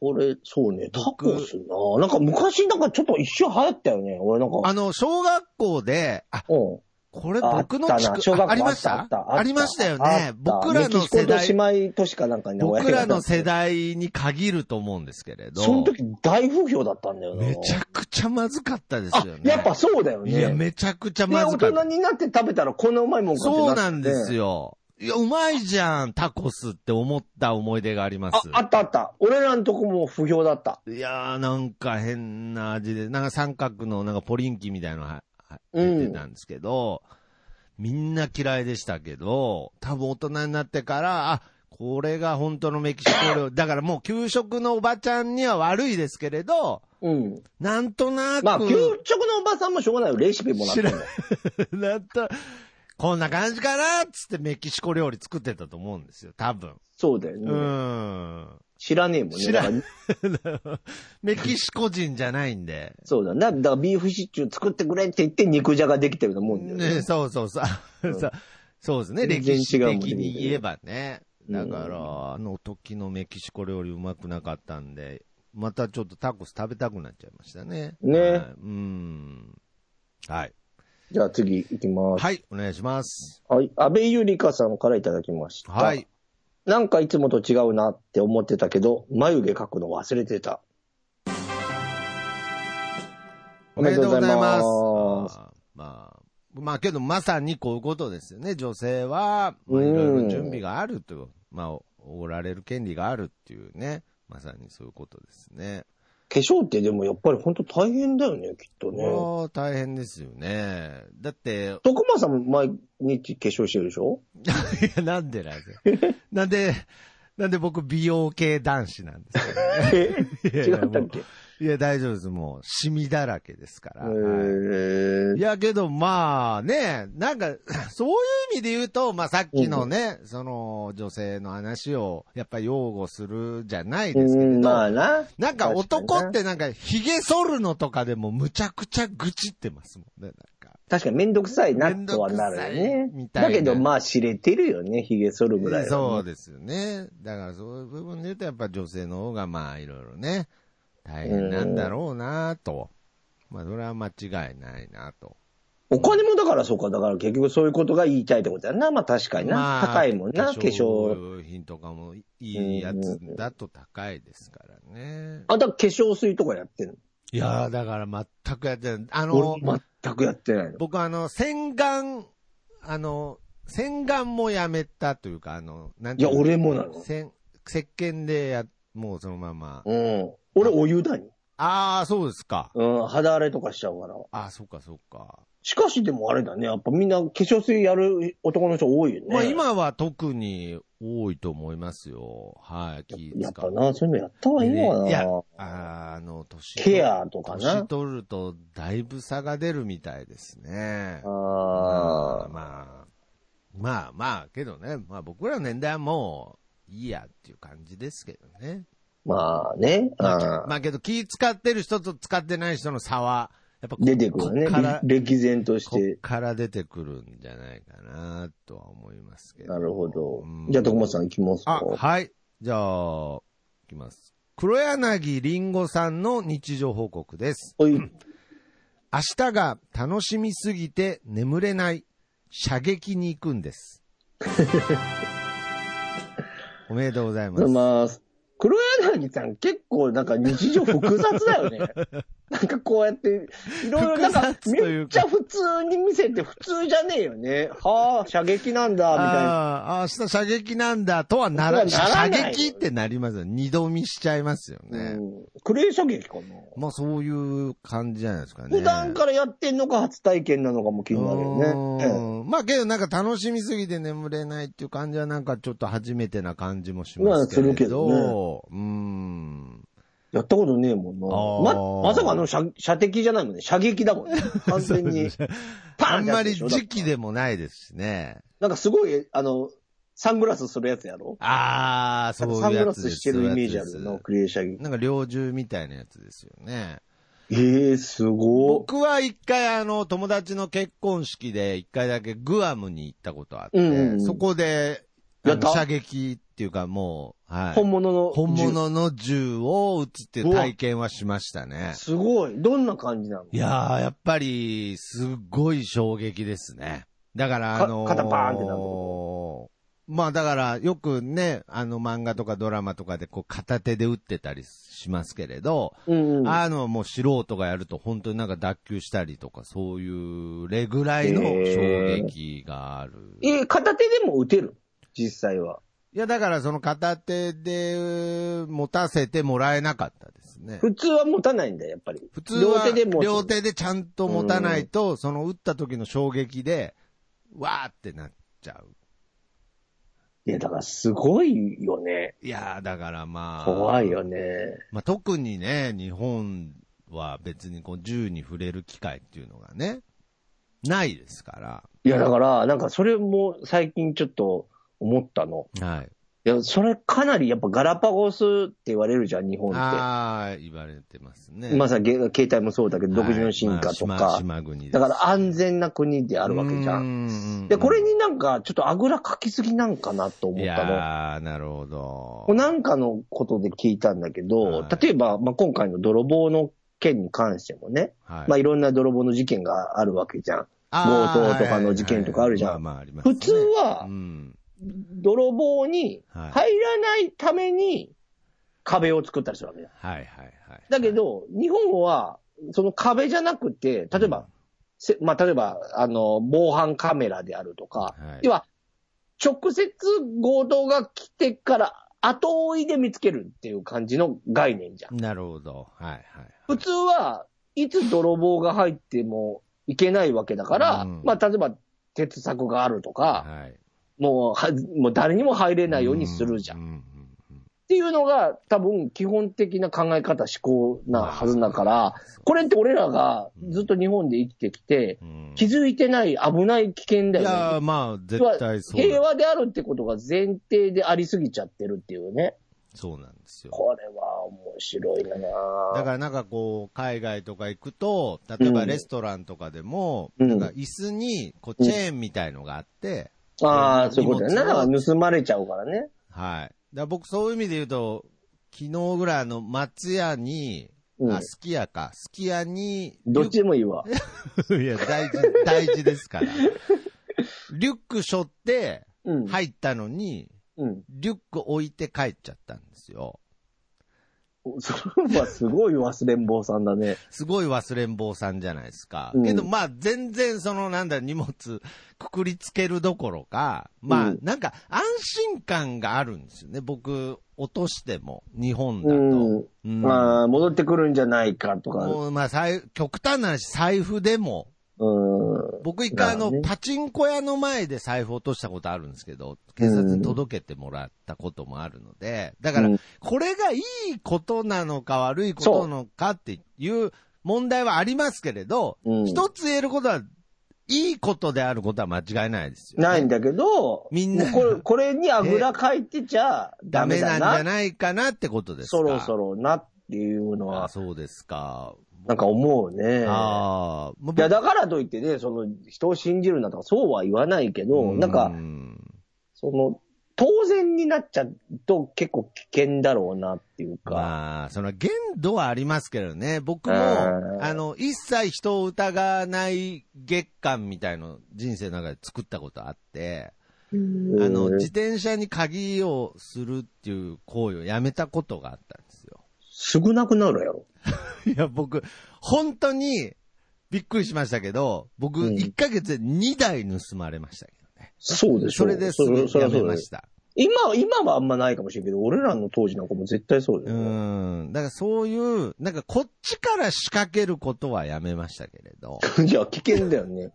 [SPEAKER 1] これ、そうね、タ
[SPEAKER 2] 僕
[SPEAKER 1] コスな。なんか昔、なんかちょっと一瞬流行ったよね。俺なんか。
[SPEAKER 2] あの、小学校で、あ、
[SPEAKER 1] うん。
[SPEAKER 2] これ
[SPEAKER 1] あ
[SPEAKER 2] 僕の
[SPEAKER 1] あった
[SPEAKER 2] 地
[SPEAKER 1] な
[SPEAKER 2] 区
[SPEAKER 1] 小学校
[SPEAKER 2] あありまし
[SPEAKER 1] あ
[SPEAKER 2] た
[SPEAKER 1] ったあったあった
[SPEAKER 2] ありましたよ
[SPEAKER 1] あ
[SPEAKER 2] ね
[SPEAKER 1] っ。た
[SPEAKER 2] 僕ら
[SPEAKER 1] メ
[SPEAKER 2] の
[SPEAKER 1] キシ
[SPEAKER 2] 世
[SPEAKER 1] コと
[SPEAKER 2] 代。
[SPEAKER 1] 姉妹都市かなんかに親
[SPEAKER 2] 僕
[SPEAKER 1] が
[SPEAKER 2] ら
[SPEAKER 1] いたん
[SPEAKER 2] の
[SPEAKER 1] ですけ
[SPEAKER 2] 世
[SPEAKER 1] ど。
[SPEAKER 2] 代に限ると思うんですけれど。
[SPEAKER 1] その時大不評だったんだよな。
[SPEAKER 2] めちゃくちゃまずかったです
[SPEAKER 1] あ
[SPEAKER 2] よね。、
[SPEAKER 1] やっぱそうだよね。
[SPEAKER 2] いや、めちゃくちゃ
[SPEAKER 1] で、
[SPEAKER 2] ま
[SPEAKER 1] 大
[SPEAKER 2] ずかっ
[SPEAKER 1] 人
[SPEAKER 2] た。
[SPEAKER 1] になって食べたらこんなうまいもんかって
[SPEAKER 2] そう
[SPEAKER 1] って
[SPEAKER 2] なんですよ。いや、うまいじゃん、タコスって思った思い出がありま
[SPEAKER 1] あ
[SPEAKER 2] す。、
[SPEAKER 1] あったあった。俺らのとこも不評だった。
[SPEAKER 2] いやー、なんか変な味で、なんか三角のなんかポリンキみたいなのはは
[SPEAKER 1] うん
[SPEAKER 2] 入ってたんですけど、みんな嫌いでしたけど、多分大人になってから、あ、これが本当のメキシコ料理。だからもう給食のおばちゃんには悪いですけれど、
[SPEAKER 1] うん。
[SPEAKER 2] なんとな く、
[SPEAKER 1] まあ、給食のおばさんもしょうがないよ。レシピもらって
[SPEAKER 2] 知
[SPEAKER 1] も
[SPEAKER 2] ら。んなんと、こんな感じかなっつってメキシコ料理作ってたと思うんですよ、多分。
[SPEAKER 1] そうだよね。
[SPEAKER 2] うん。
[SPEAKER 1] 知らねえもんね。
[SPEAKER 2] 知らん
[SPEAKER 1] だから
[SPEAKER 2] メキシコ人じゃないんで。
[SPEAKER 1] そうだ。だだからビーフシチュー作ってくれって言って肉じゃができてると思うんだよね。
[SPEAKER 2] ね、そうそうそう。さそうですね、
[SPEAKER 1] 全
[SPEAKER 2] 歴
[SPEAKER 1] 然
[SPEAKER 2] 史
[SPEAKER 1] 違うもんね
[SPEAKER 2] 的に言えばね。
[SPEAKER 1] うん
[SPEAKER 2] だから、あの時のメキシコ料理うまくなかったんで、またちょっとタコス食べたくなっちゃいましたね。
[SPEAKER 1] ね
[SPEAKER 2] はいうん。はい。
[SPEAKER 1] じゃあ次行きます。
[SPEAKER 2] はい、お願いします。
[SPEAKER 1] はい。安倍ゆりかさんからいただきました。
[SPEAKER 2] はい。。
[SPEAKER 1] なんかいつもと違うなって思ってたけど、眉毛描くの忘れてた。
[SPEAKER 2] おめでとうござ
[SPEAKER 1] おめでとうござ
[SPEAKER 2] います。
[SPEAKER 1] います
[SPEAKER 2] あーまあ、まあけどまさにこういうことですよね。女性は、まあ、
[SPEAKER 1] う
[SPEAKER 2] い
[SPEAKER 1] ん
[SPEAKER 2] ろいろ準備があるという、まあ、おおごられる権利があるっていうね。まさにそういうことですね。
[SPEAKER 1] 化粧ってでもやっぱり本当大変だよね、きっとね。
[SPEAKER 2] もう大変ですよね。だって、
[SPEAKER 1] 徳間さんも毎日化粧してるでしょ
[SPEAKER 2] いやなんでなんでなんで、なんで僕美容系男子なんです かね
[SPEAKER 1] え
[SPEAKER 2] いや い
[SPEAKER 1] 違
[SPEAKER 2] や
[SPEAKER 1] ったっけ
[SPEAKER 2] いや、大丈夫です。もう、シミだらけですか
[SPEAKER 1] へ
[SPEAKER 2] ら。はい
[SPEAKER 1] ー
[SPEAKER 2] いや、けど、まあね、なんか、 そういう意味で言うと、まあさっきのね、その、女性の話を、やっぱ擁護するじゃないですけれ
[SPEAKER 1] う
[SPEAKER 2] ど、
[SPEAKER 1] ん、まあな。
[SPEAKER 2] なんか男っ
[SPEAKER 1] 確かにな
[SPEAKER 2] てなんか、髭剃るのとかでもむちゃくちゃ愚痴ってますもんね、なんか。
[SPEAKER 1] 確かにめんどくさいなとはなるよ
[SPEAKER 2] めんど
[SPEAKER 1] ね
[SPEAKER 2] くさいみ。たいな
[SPEAKER 1] だけどまあ知れてるよね、髭剃るぐらいはね、
[SPEAKER 2] そうですよね。だからそういう部分で言うと、やっぱ女性の方が、まあいろいろね、大変なんだろうなと。まあそれは間違いないなと。
[SPEAKER 1] お金もだからそうか。だから結局そういうことが言いたいってことだな。まあ確かにな。
[SPEAKER 2] まあ
[SPEAKER 1] 高いもんな、化粧。
[SPEAKER 2] 用品とかもいいやつだと高いですからね。
[SPEAKER 1] あ、だから化粧水とかやってんの
[SPEAKER 2] いやー、だから全くやってない。あの、
[SPEAKER 1] 俺全くやってないの。
[SPEAKER 2] 僕あの、洗顔、あの、洗顔もやめたというか、あの、なんてうの
[SPEAKER 1] いや俺もなの
[SPEAKER 2] せん石鹸でや、もうそのまま。
[SPEAKER 1] うん。俺お湯だに。
[SPEAKER 2] ああ、そうですか。
[SPEAKER 1] うん、肌荒れとかしちゃうから。
[SPEAKER 2] ああ、そうか、そうか。
[SPEAKER 1] しかしでもあれだね。やっぱみんな化粧水やる男の人多いよね。
[SPEAKER 2] まあ今は特に多いと思いますよ。はい、気
[SPEAKER 1] やっ
[SPEAKER 2] 使
[SPEAKER 1] ぱ
[SPEAKER 2] う。
[SPEAKER 1] な、そういうのやった方がいいのかな。
[SPEAKER 2] ねいや、あの、年取
[SPEAKER 1] ケアとかな
[SPEAKER 2] 年取ると、だいぶ差が出るみたいですね。
[SPEAKER 1] あー
[SPEAKER 2] まあ、まあ、まあ、けどね、まあ僕らの年代はもう、いいやっていう感じですけどね。
[SPEAKER 1] まあね。
[SPEAKER 2] まあ
[SPEAKER 1] あ、
[SPEAKER 2] まあけど気使ってる人と使ってない人の差は、やっぱこ
[SPEAKER 1] 出てくるね
[SPEAKER 2] こっから。
[SPEAKER 1] 歴然とし
[SPEAKER 2] こ
[SPEAKER 1] て
[SPEAKER 2] っ。から出てくるんじゃないかなとは思いますけど。
[SPEAKER 1] なるほど
[SPEAKER 2] うん。
[SPEAKER 1] じゃあ、徳本さん行きます
[SPEAKER 2] あ、
[SPEAKER 1] か。
[SPEAKER 2] はい。じゃあ、いきます。黒柳りんごさんの日常報告です。
[SPEAKER 1] おい。
[SPEAKER 2] 明日が楽しみすぎて眠れない、射撃に行く んです。おめでとうござい
[SPEAKER 1] お
[SPEAKER 2] ま
[SPEAKER 1] はようご
[SPEAKER 2] す。
[SPEAKER 1] ざいます。黒柳さん結構なんか日常複雑だよ ね。なんかこうやって、いろいろなんか
[SPEAKER 2] 複雑とい
[SPEAKER 1] めっ
[SPEAKER 2] う
[SPEAKER 1] ち
[SPEAKER 2] か
[SPEAKER 1] ゃ普通に見せて普通じゃねえよね。はあ、射撃なんだ、みたいな。
[SPEAKER 2] ああ、明日射撃なんだとはなら、
[SPEAKER 1] とはなら
[SPEAKER 2] 射
[SPEAKER 1] ない
[SPEAKER 2] 撃ってなりますよ。二度見しちゃいますよね。
[SPEAKER 1] うんクレー射撃かな。
[SPEAKER 2] まあそういう感じじゃないですかね。
[SPEAKER 1] 普段からやってんのか初体験なのかも気になるよね。ええ
[SPEAKER 2] うんまあけどなんか楽しみすぎて眠れないっていう感じはなんかちょっと初めてな感じもしますけれど。
[SPEAKER 1] まあするけど
[SPEAKER 2] うん。
[SPEAKER 1] やったことねえも
[SPEAKER 2] あ
[SPEAKER 1] んな。
[SPEAKER 2] ー
[SPEAKER 1] ま、まさかあの射射的じゃないもんね。射撃だもんね。完全 に。パーン
[SPEAKER 2] あ
[SPEAKER 1] っ
[SPEAKER 2] ん
[SPEAKER 1] てや
[SPEAKER 2] ま
[SPEAKER 1] つで
[SPEAKER 2] り
[SPEAKER 1] しょ
[SPEAKER 2] 時期。でもないですしね。
[SPEAKER 1] なんかすごい、あの、サングラスするやつやろ
[SPEAKER 2] ああ、そう
[SPEAKER 1] サン
[SPEAKER 2] い
[SPEAKER 1] グ
[SPEAKER 2] うや
[SPEAKER 1] ラ
[SPEAKER 2] つで
[SPEAKER 1] ス
[SPEAKER 2] す。
[SPEAKER 1] してるイメージあ
[SPEAKER 2] そ
[SPEAKER 1] る
[SPEAKER 2] ういうや
[SPEAKER 1] の、
[SPEAKER 2] つ
[SPEAKER 1] クレー射撃
[SPEAKER 2] です。なんか猟銃みたいなやつですよね。
[SPEAKER 1] ええすごい。
[SPEAKER 2] 僕は一回あの、友達の結婚式で一回だけグアムに行ったことあって、
[SPEAKER 1] うんうんうん
[SPEAKER 2] そこで、あ
[SPEAKER 1] やった
[SPEAKER 2] の射撃っていうかもう、はい。
[SPEAKER 1] 本物の。
[SPEAKER 2] 本。物の銃を撃つっていう体験はしましたね。
[SPEAKER 1] すごい。どんな感じなの
[SPEAKER 2] いやー、やっぱり、すっごい衝撃ですね。だから、
[SPEAKER 1] か
[SPEAKER 2] あのー
[SPEAKER 1] 肩パーンってなる
[SPEAKER 2] まあだから、よくね、あの漫画とかドラマとかでこう片手で撃ってたりしますけれど、
[SPEAKER 1] うんうん。
[SPEAKER 2] あのもう素人がやると本当になんか脱臼したりとかそういう、れぐらいの衝撃がある。
[SPEAKER 1] えー片手でも撃てる。実際は。
[SPEAKER 2] いや、だからその片手で持たせてもらえなかったですね。
[SPEAKER 1] 普通は持たないんだよ、やっぱり。
[SPEAKER 2] 普通は
[SPEAKER 1] 両手で持つ
[SPEAKER 2] 両手でちゃんと持たないと、その打った時の衝撃で、わーってなっちゃう。
[SPEAKER 1] いや、だからすごいよね。
[SPEAKER 2] いやー、だからまあ。
[SPEAKER 1] 怖いよね。
[SPEAKER 2] まあ、特にね、日本は別にこう銃に触れる機会っていうのがね、ないですか
[SPEAKER 1] いや、だから、なんかそれも最近ちょっと思ったの。
[SPEAKER 2] ら。はい。
[SPEAKER 1] いや、それかなりやっぱガラパゴスって言われるじゃん、日本っ
[SPEAKER 2] ああ、言われてますね。
[SPEAKER 1] て。まさにげ携帯もそうだけど、
[SPEAKER 2] は
[SPEAKER 1] 独
[SPEAKER 2] い
[SPEAKER 1] 自の進化と
[SPEAKER 2] まあ
[SPEAKER 1] か。
[SPEAKER 2] 島島国です
[SPEAKER 1] だから安全な国であるわけじゃ。
[SPEAKER 2] うんん
[SPEAKER 1] で、これになんか、ちょっとあぐらかきすぎなんかなと思
[SPEAKER 2] い
[SPEAKER 1] ったの。
[SPEAKER 2] やー、なるほど。
[SPEAKER 1] これなんかのことで聞いたんだけど、
[SPEAKER 2] はい
[SPEAKER 1] 例えば、まあ、今回の泥棒の件に関してもね、
[SPEAKER 2] はい
[SPEAKER 1] まあ、いろんな泥棒の事件があるわけじゃん。
[SPEAKER 2] あー
[SPEAKER 1] 強盗とかの事件とかあるじゃん
[SPEAKER 2] はいはいはいまあまあありますね
[SPEAKER 1] 普通は
[SPEAKER 2] う、ん。
[SPEAKER 1] 泥棒に
[SPEAKER 2] はい。はい
[SPEAKER 1] 入らないために壁を作ったりするわけじゃん。
[SPEAKER 2] はいはい。
[SPEAKER 1] だけ、ど、日本は、その壁じゃなくて、例えば、せまあ、例えば、あの、防犯カメラであるとか、
[SPEAKER 2] はい
[SPEAKER 1] 要は、直接強盗が来てから、後追いで見つけるっていう感じの概念じゃん。
[SPEAKER 2] なるほど。はいはい。
[SPEAKER 1] 普通はいつ泥棒が入ってもいけないわけだから、
[SPEAKER 2] うん
[SPEAKER 1] まあ、例えば、鉄柵があるとか、
[SPEAKER 2] はい。
[SPEAKER 1] もうは、もう誰にも入れないようにするじゃん。っ
[SPEAKER 2] ううんうん
[SPEAKER 1] ていうのが、多分、基本的な考え方、思考なはずだから、これって俺らがずっと日本で生きてきて、
[SPEAKER 2] うん
[SPEAKER 1] 気づいてない危ない危険だ
[SPEAKER 2] い
[SPEAKER 1] よ
[SPEAKER 2] やー
[SPEAKER 1] ね。
[SPEAKER 2] まあ、絶対そう。
[SPEAKER 1] 平和であるってことが前提でありすぎちゃってるっていうね。
[SPEAKER 2] そうなんですよ。
[SPEAKER 1] これは面白いな
[SPEAKER 2] だ
[SPEAKER 1] ぁ
[SPEAKER 2] からなんかこう、海外とか行くと、例え
[SPEAKER 1] う
[SPEAKER 2] ば
[SPEAKER 1] ん
[SPEAKER 2] レストランとかでも、
[SPEAKER 1] うん
[SPEAKER 2] なんか椅子にこうチェーンみたいのがあって、
[SPEAKER 1] ああ、そういうことだね。
[SPEAKER 2] 荷物を
[SPEAKER 1] なんか盗まれちゃうからね。
[SPEAKER 2] はい。だから僕そういう意味で言うと、昨日ぐらいあの松屋に、
[SPEAKER 1] うん
[SPEAKER 2] あ、。すき家か。すき家に、
[SPEAKER 1] どっちでもいい わ。
[SPEAKER 2] リュックいや、大事、大事ですから。リュック背負って
[SPEAKER 1] うん。い。
[SPEAKER 2] 入ったのに、
[SPEAKER 1] うん。
[SPEAKER 2] リュック置いて帰っちゃったんですよ。
[SPEAKER 1] それはすごい忘れん坊さんだね。
[SPEAKER 2] すごい忘れん坊さんじゃないですか。
[SPEAKER 1] うん
[SPEAKER 2] けど、まあ、全然その、なんだ、荷物、くくりつけるどころか、まあ、
[SPEAKER 1] うん
[SPEAKER 2] なんか、安心感があるんですよね。僕、落としても、日本だと。
[SPEAKER 1] うん。
[SPEAKER 2] うん
[SPEAKER 1] まあ、戻ってくるんじゃないかとか。
[SPEAKER 2] もう、まあ、財極端な話、財布でも、
[SPEAKER 1] うん。
[SPEAKER 2] 僕一
[SPEAKER 1] な
[SPEAKER 2] 回あ
[SPEAKER 1] る
[SPEAKER 2] の、
[SPEAKER 1] ほどね
[SPEAKER 2] パチンコ屋の前で財布落としたことあるんですけど、警察に届けてもらったこともあるので、だから
[SPEAKER 1] うん、
[SPEAKER 2] これがいいことなのか悪いことなのかっていう問題はありますけれど、
[SPEAKER 1] うん
[SPEAKER 2] 一つ言えることは、いいことであることは間違いないですよね、
[SPEAKER 1] ないんだけど、
[SPEAKER 2] みん
[SPEAKER 1] も
[SPEAKER 2] な
[SPEAKER 1] うこれ、これにあぐらかいてちゃダ
[SPEAKER 2] ダ
[SPEAKER 1] メ
[SPEAKER 2] メ
[SPEAKER 1] だ
[SPEAKER 2] なんじ
[SPEAKER 1] な。
[SPEAKER 2] ゃないかなってことですか。
[SPEAKER 1] そろそろなっていうの
[SPEAKER 2] あ
[SPEAKER 1] は、
[SPEAKER 2] そうですか。
[SPEAKER 1] なんか思うね。
[SPEAKER 2] ああ、まあ
[SPEAKER 1] いや、だからといってね、その、人を信じるなとか、そうは言わないけど、
[SPEAKER 2] う
[SPEAKER 1] なんか、その、当然になっちゃうと結構危険だろうなっていうか。
[SPEAKER 2] まあ、その限度はありますけどね、僕
[SPEAKER 1] う
[SPEAKER 2] も、
[SPEAKER 1] ん
[SPEAKER 2] あの、一切人を疑わない月間みたいの人生の中で作ったことあって、あの、
[SPEAKER 1] うん
[SPEAKER 2] 自転車に鍵をするっていう行為をやめたことがあったんですよ。
[SPEAKER 1] 少なくなるやろ。
[SPEAKER 2] いや、僕、本当にびっくりしましたけど、僕、
[SPEAKER 1] うん
[SPEAKER 2] 1ヶ月で2台盗まれましたけどね。
[SPEAKER 1] そうでしょ。
[SPEAKER 2] それですぐ
[SPEAKER 1] それそれ
[SPEAKER 2] やめ
[SPEAKER 1] それ
[SPEAKER 2] ました。
[SPEAKER 1] 今、今はあんまないかもしれんけど、俺らの当時なんかも絶対そうだ
[SPEAKER 2] う
[SPEAKER 1] よ、
[SPEAKER 2] ん。だからそういう、なんかこっちから仕掛けることはやめましたけれど。
[SPEAKER 1] いや、危険だよね。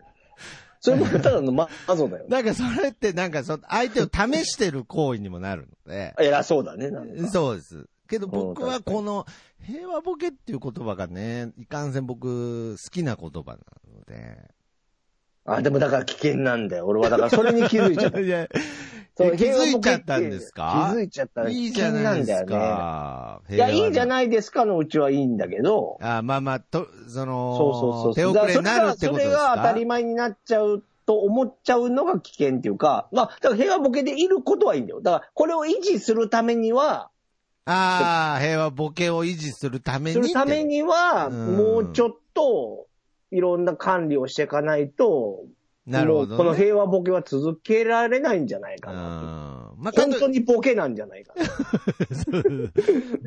[SPEAKER 1] それもただのま謎だよね。、
[SPEAKER 2] なんかそれってなんかその相手を試してる行為にもなるので
[SPEAKER 1] 偉そうだね、なんか。
[SPEAKER 2] そうです。けど僕
[SPEAKER 1] うん
[SPEAKER 2] は
[SPEAKER 1] 確かに
[SPEAKER 2] この平和ボケっていう言葉がね、いかんせん僕好きな言葉なので。
[SPEAKER 1] あ、でもだから危険なんだよ。俺はだからそれに気づいちゃ った。
[SPEAKER 2] いや、
[SPEAKER 1] そう
[SPEAKER 2] え気づいちゃったんですか
[SPEAKER 1] 気づいちゃった。
[SPEAKER 2] いいじゃないで
[SPEAKER 1] 危険な
[SPEAKER 2] すか。
[SPEAKER 1] んだよね。いや、いいじゃ
[SPEAKER 2] い。
[SPEAKER 1] ないですかのうちはいいんだけど、
[SPEAKER 2] あまあまあ、と、その、
[SPEAKER 1] そうそうそう。
[SPEAKER 2] 手遅れになるってこ
[SPEAKER 1] だからそれがそ
[SPEAKER 2] とです
[SPEAKER 1] れが当た
[SPEAKER 2] か
[SPEAKER 1] り前になっちゃうと思っちゃうのが危険っていうか、まあ、だから平和ボケでいることはいいんだよ。だからこれを維持するためには、
[SPEAKER 2] ああ、平和ボケを維持するために
[SPEAKER 1] す
[SPEAKER 2] って。
[SPEAKER 1] るためには、
[SPEAKER 2] うん
[SPEAKER 1] もうちょっと、いろんな管理をしていかないと、
[SPEAKER 2] なるほど、ね。
[SPEAKER 1] もうこの平和ボケは続けられないんじゃないか
[SPEAKER 2] う
[SPEAKER 1] な。
[SPEAKER 2] んよ。まあ、
[SPEAKER 1] 本
[SPEAKER 2] か
[SPEAKER 1] 当にボケなんじゃないかな。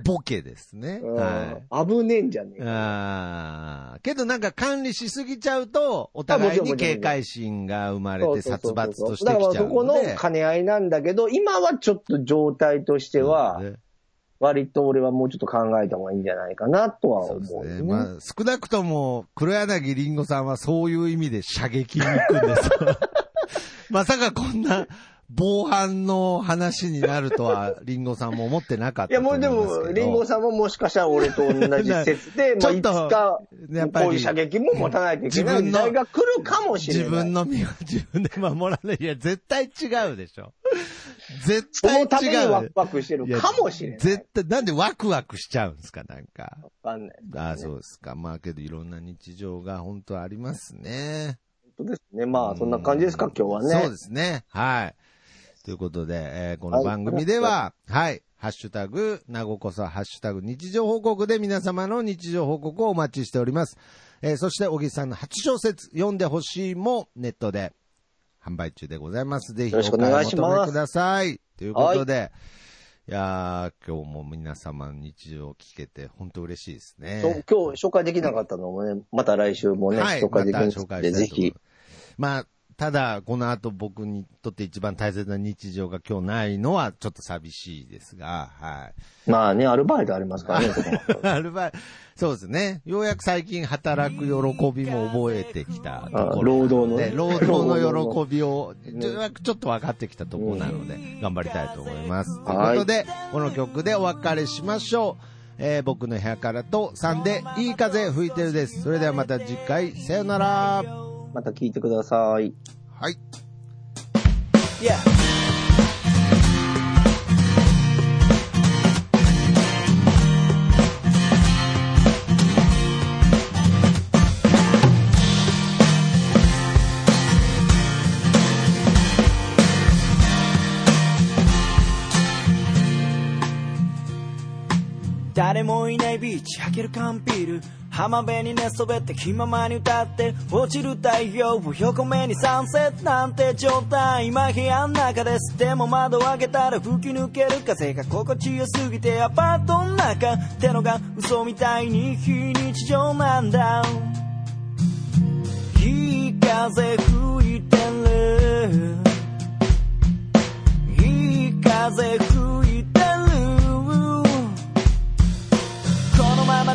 [SPEAKER 2] と ボケですね。はい。
[SPEAKER 1] うん危ねえんじゃねえか。
[SPEAKER 2] ああ。けどなんか管理しすぎちゃうと、
[SPEAKER 1] あ
[SPEAKER 2] お
[SPEAKER 1] も
[SPEAKER 2] 互
[SPEAKER 1] ち
[SPEAKER 2] い
[SPEAKER 1] ろん
[SPEAKER 2] に
[SPEAKER 1] もちろん
[SPEAKER 2] 警戒心が生まれ
[SPEAKER 1] そう
[SPEAKER 2] て
[SPEAKER 1] そう
[SPEAKER 2] 殺
[SPEAKER 1] そう
[SPEAKER 2] 伐として
[SPEAKER 1] だか
[SPEAKER 2] き
[SPEAKER 1] ら
[SPEAKER 2] ちゃう
[SPEAKER 1] そこ
[SPEAKER 2] の
[SPEAKER 1] の
[SPEAKER 2] で。
[SPEAKER 1] 兼ね合いなんだけど、今はちょっと状態としては、割と俺はもうちょっと考えた方がいいんじゃないかなとは
[SPEAKER 2] そう
[SPEAKER 1] 思
[SPEAKER 2] です
[SPEAKER 1] うね。
[SPEAKER 2] ね。まあ、少なくとも、黒柳りんごさんはそういう意味で射撃に行くんです よまさかこんな防犯の話になるとは、りんごさんも思ってなかっ
[SPEAKER 1] い
[SPEAKER 2] た
[SPEAKER 1] や
[SPEAKER 2] と思
[SPEAKER 1] も
[SPEAKER 2] いうます
[SPEAKER 1] で
[SPEAKER 2] け
[SPEAKER 1] も、リ
[SPEAKER 2] ど。
[SPEAKER 1] ンゴさんももしかしたら俺と同 じ説で、
[SPEAKER 2] な
[SPEAKER 1] まあ
[SPEAKER 2] ちょ
[SPEAKER 1] い
[SPEAKER 2] っ
[SPEAKER 1] つ
[SPEAKER 2] と
[SPEAKER 1] か
[SPEAKER 2] やっぱり
[SPEAKER 1] こういう射撃も持たないといけな
[SPEAKER 2] 自
[SPEAKER 1] い
[SPEAKER 2] 分
[SPEAKER 1] 時
[SPEAKER 2] の
[SPEAKER 1] 代が来るかもしれ
[SPEAKER 2] 自
[SPEAKER 1] ない。
[SPEAKER 2] 分の身は 自分で守らない。いや、絶対違うでしょ。絶
[SPEAKER 1] そ
[SPEAKER 2] 対違う。
[SPEAKER 1] のためにワクワクしてる
[SPEAKER 2] いや
[SPEAKER 1] かもしれない。
[SPEAKER 2] 絶対、なんでワクワクしちゃうんですか、なんか。
[SPEAKER 1] わかんない。
[SPEAKER 2] ああ、そうですか。まあけど、いろんな日常が本当ありますね。
[SPEAKER 1] 本当ですね。まあ、そんな感じですか、今日はね。
[SPEAKER 2] そうですね。はい。ということで、えーこの番組では、はい、ハッシュタグ、なごこそ、ハッシュタグ、日常報告で皆様の日常報告をお待ちしております。えーそして、小木さんの8小節、読んでほしいも、ネットで、販売中でございます。ぜひ、
[SPEAKER 1] よろしくお願いします
[SPEAKER 2] お買求めください。ということで、い、やー、今日も皆様の日常を聞けて、本当嬉しいですね。
[SPEAKER 1] そう今日紹介できなかったのもね、また来週もね、紹介でき
[SPEAKER 2] ま
[SPEAKER 1] る
[SPEAKER 2] た
[SPEAKER 1] ん
[SPEAKER 2] 紹介
[SPEAKER 1] で、
[SPEAKER 2] した
[SPEAKER 1] ぜ
[SPEAKER 2] いと思い
[SPEAKER 1] ひ
[SPEAKER 2] ま。すまあ、ただ、この後僕にとって一番大切な日常が今日ないのはちょっと寂しいですが、はい。
[SPEAKER 1] まあね、アルバイトありますからね、そこも
[SPEAKER 2] アルバイそうですね。ようやく最近働く喜びも覚えてきたところなので。
[SPEAKER 1] 労働のね
[SPEAKER 2] 労働の喜びを、よ うやくちょっと分かってきたところなので、頑張りたいと思います。という
[SPEAKER 1] はい
[SPEAKER 2] ことで、この曲でお別れしましょう。えー僕の部屋からと3でいい風吹いてるです。それではまた次回、さよなら。
[SPEAKER 1] また聞いてください。
[SPEAKER 2] はい。
[SPEAKER 3] Yeah.「誰もいないビーチ開ける缶ビール」「浜辺に寝そべって気ままに歌って」「落ちる太陽を横目にサンセットなんて状態」「今部屋の中です」「でも窓を開けたら吹き抜ける風が心地よすぎて」「アパートの中ってのが嘘みたいに非日常なんだ」「いい風吹いてる」「いい風吹いてる」このまま